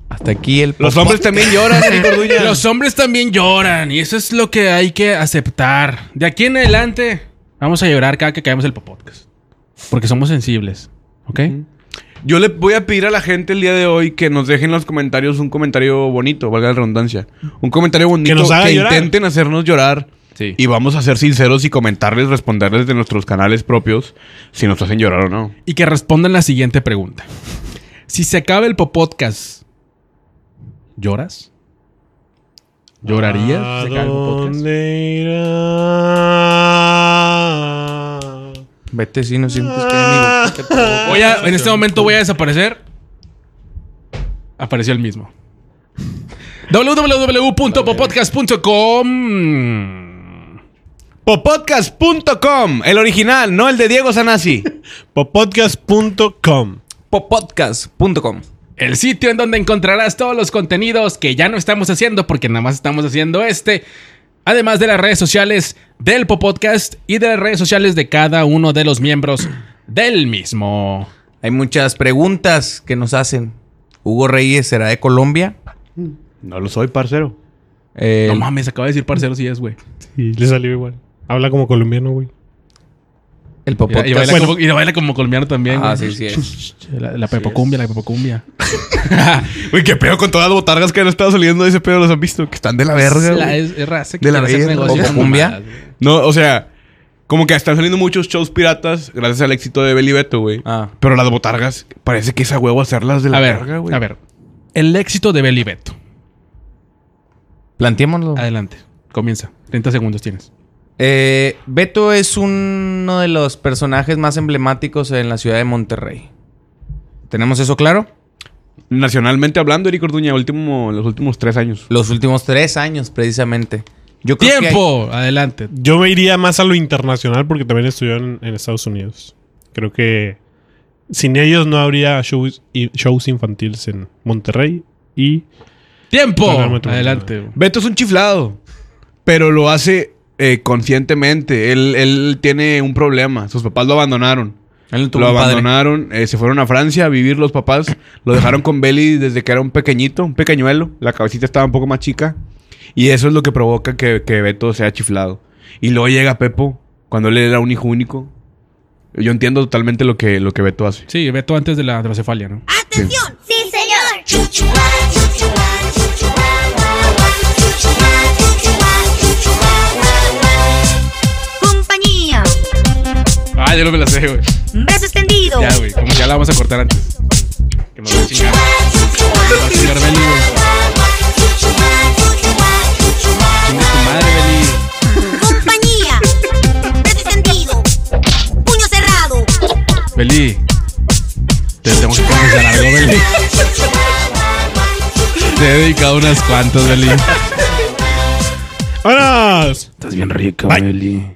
[SPEAKER 3] Hasta aquí el
[SPEAKER 2] Los hombres también (laughs) lloran, Nico Duña.
[SPEAKER 1] Los hombres también lloran y eso es lo que hay que aceptar. De aquí en adelante vamos a llorar cada que caemos el podcast. Porque somos sensibles, ¿ok?
[SPEAKER 2] Yo le voy a pedir a la gente el día de hoy que nos dejen en los comentarios un comentario bonito, valga la redundancia. Un comentario bonito
[SPEAKER 4] Que nos haga llorar.
[SPEAKER 2] intenten hacernos llorar.
[SPEAKER 1] Sí.
[SPEAKER 2] Y vamos a ser sinceros y comentarles, responderles de nuestros canales propios si nos hacen llorar o no.
[SPEAKER 1] Y que respondan la siguiente pregunta. Si se acaba el podcast, ¿lloras? ¿Llorarías?
[SPEAKER 4] ¿A
[SPEAKER 1] si se acaba el podcast?
[SPEAKER 4] dónde irá?
[SPEAKER 3] Vete si no sientes que hay amigo.
[SPEAKER 1] Voy a- en este momento voy a desaparecer. Apareció el mismo. (laughs) www.popodcast.com
[SPEAKER 2] Popodcast.com, el original, no el de Diego Sanasi.
[SPEAKER 4] Popodcast.com.
[SPEAKER 3] Popodcast.com.
[SPEAKER 1] El sitio en donde encontrarás todos los contenidos que ya no estamos haciendo porque nada más estamos haciendo este. Además de las redes sociales del Popodcast y de las redes sociales de cada uno de los (clears throat) miembros del mismo.
[SPEAKER 3] Hay muchas preguntas que nos hacen. Hugo Reyes será de Colombia.
[SPEAKER 2] No lo soy, parcero.
[SPEAKER 3] Eh,
[SPEAKER 1] No mames, acaba de decir parceros y es, güey.
[SPEAKER 4] Y le salió igual. Habla como colombiano, güey.
[SPEAKER 1] Y,
[SPEAKER 3] el
[SPEAKER 1] y
[SPEAKER 3] Popodcast.
[SPEAKER 1] baila como- y baila como colombiano también.
[SPEAKER 3] Ah,
[SPEAKER 1] güey.
[SPEAKER 3] sí, sí. es.
[SPEAKER 1] La, la pepocumbia, la pepocumbia.
[SPEAKER 2] (laughs) Uy, qué pedo con todas las botargas que han estado saliendo de ese pedo, los han visto, que están de la verga.
[SPEAKER 1] Es, (laughs) la-
[SPEAKER 2] güey.
[SPEAKER 1] es- es raza que
[SPEAKER 3] De la
[SPEAKER 1] quiere hacer
[SPEAKER 3] verga,
[SPEAKER 1] negocios con
[SPEAKER 3] pepocumbia.
[SPEAKER 1] mamadas, güey.
[SPEAKER 2] No, o sea, como que están saliendo muchos shows piratas gracias al éxito de Beli Beto, güey.
[SPEAKER 3] Ah.
[SPEAKER 2] Pero las botargas, parece que es a huevo hacerlas de la
[SPEAKER 1] A ver,
[SPEAKER 2] verga, güey.
[SPEAKER 1] a ver. El éxito de Beli Beto.
[SPEAKER 3] Planteémoslo.
[SPEAKER 1] Adelante. Comienza. 30 segundos tienes.
[SPEAKER 3] Eh, Beto es uno de los personajes más emblemáticos en la ciudad de Monterrey. ¿Tenemos eso claro?
[SPEAKER 2] Nacionalmente hablando, Eric Orduña, último, los últimos tres años.
[SPEAKER 3] Los últimos tres años, precisamente. Yo creo que
[SPEAKER 1] ¡Tiempo! Adelante.
[SPEAKER 4] Yo me iría más a lo internacional porque también estudió en, en Estados Unidos. Creo que sin ellos no habría shows, y- shows infantiles en Monterrey y
[SPEAKER 1] ¡Tiempo!
[SPEAKER 4] No, no, no, no, no.
[SPEAKER 1] Adelante. güey.
[SPEAKER 2] Beto es un chiflado, pero lo hace eh, conscientemente. Él, él tiene un problema. Sus papás lo abandonaron.
[SPEAKER 3] hay- él tuvo
[SPEAKER 2] Lo
[SPEAKER 3] un padre.
[SPEAKER 2] abandonaron, eh, se fueron a Francia a vivir los papás. Lo dejaron con Belly desde que era un pequeñito, un pequeñuelo. La cabecita estaba un poco más chica. Y eso es lo que provoca que, que Beto sea chiflado. Y luego llega Pepo, cuando él era un hijo único. Yo entiendo totalmente lo que, lo que Beto hace.
[SPEAKER 1] Sí, Beto antes de la hidrocefalia, ¿no?
[SPEAKER 5] ¡Atención! ¡Sí, señor! Chuchuá, chuchuá, chuchuá, guau, guau. Chuchuá, chuchuá, chuchuá, guau, guau. Compañía,
[SPEAKER 1] Ah, yo no me la sé, güey.
[SPEAKER 5] brazo extendido.
[SPEAKER 1] Ya, güey. Como ya la vamos a cortar antes. Que nos den
[SPEAKER 5] Chuchuá,
[SPEAKER 1] chingada.
[SPEAKER 5] chuchuá,
[SPEAKER 1] Señor Beli, güey.
[SPEAKER 5] guau, guau. Chuchuá, chuchuá, chuchuá,
[SPEAKER 1] Chinga tu madre, Beli.
[SPEAKER 5] guau. Compañía, brazo extendido. Puño cerrado.
[SPEAKER 1] Beli. Te tengo que confesar algo,
[SPEAKER 5] (laughs)
[SPEAKER 1] Beli. Te he dedicado unas cuantas, Beli.
[SPEAKER 4] ¡Vámonos!
[SPEAKER 1] Estás bien rica, Beli.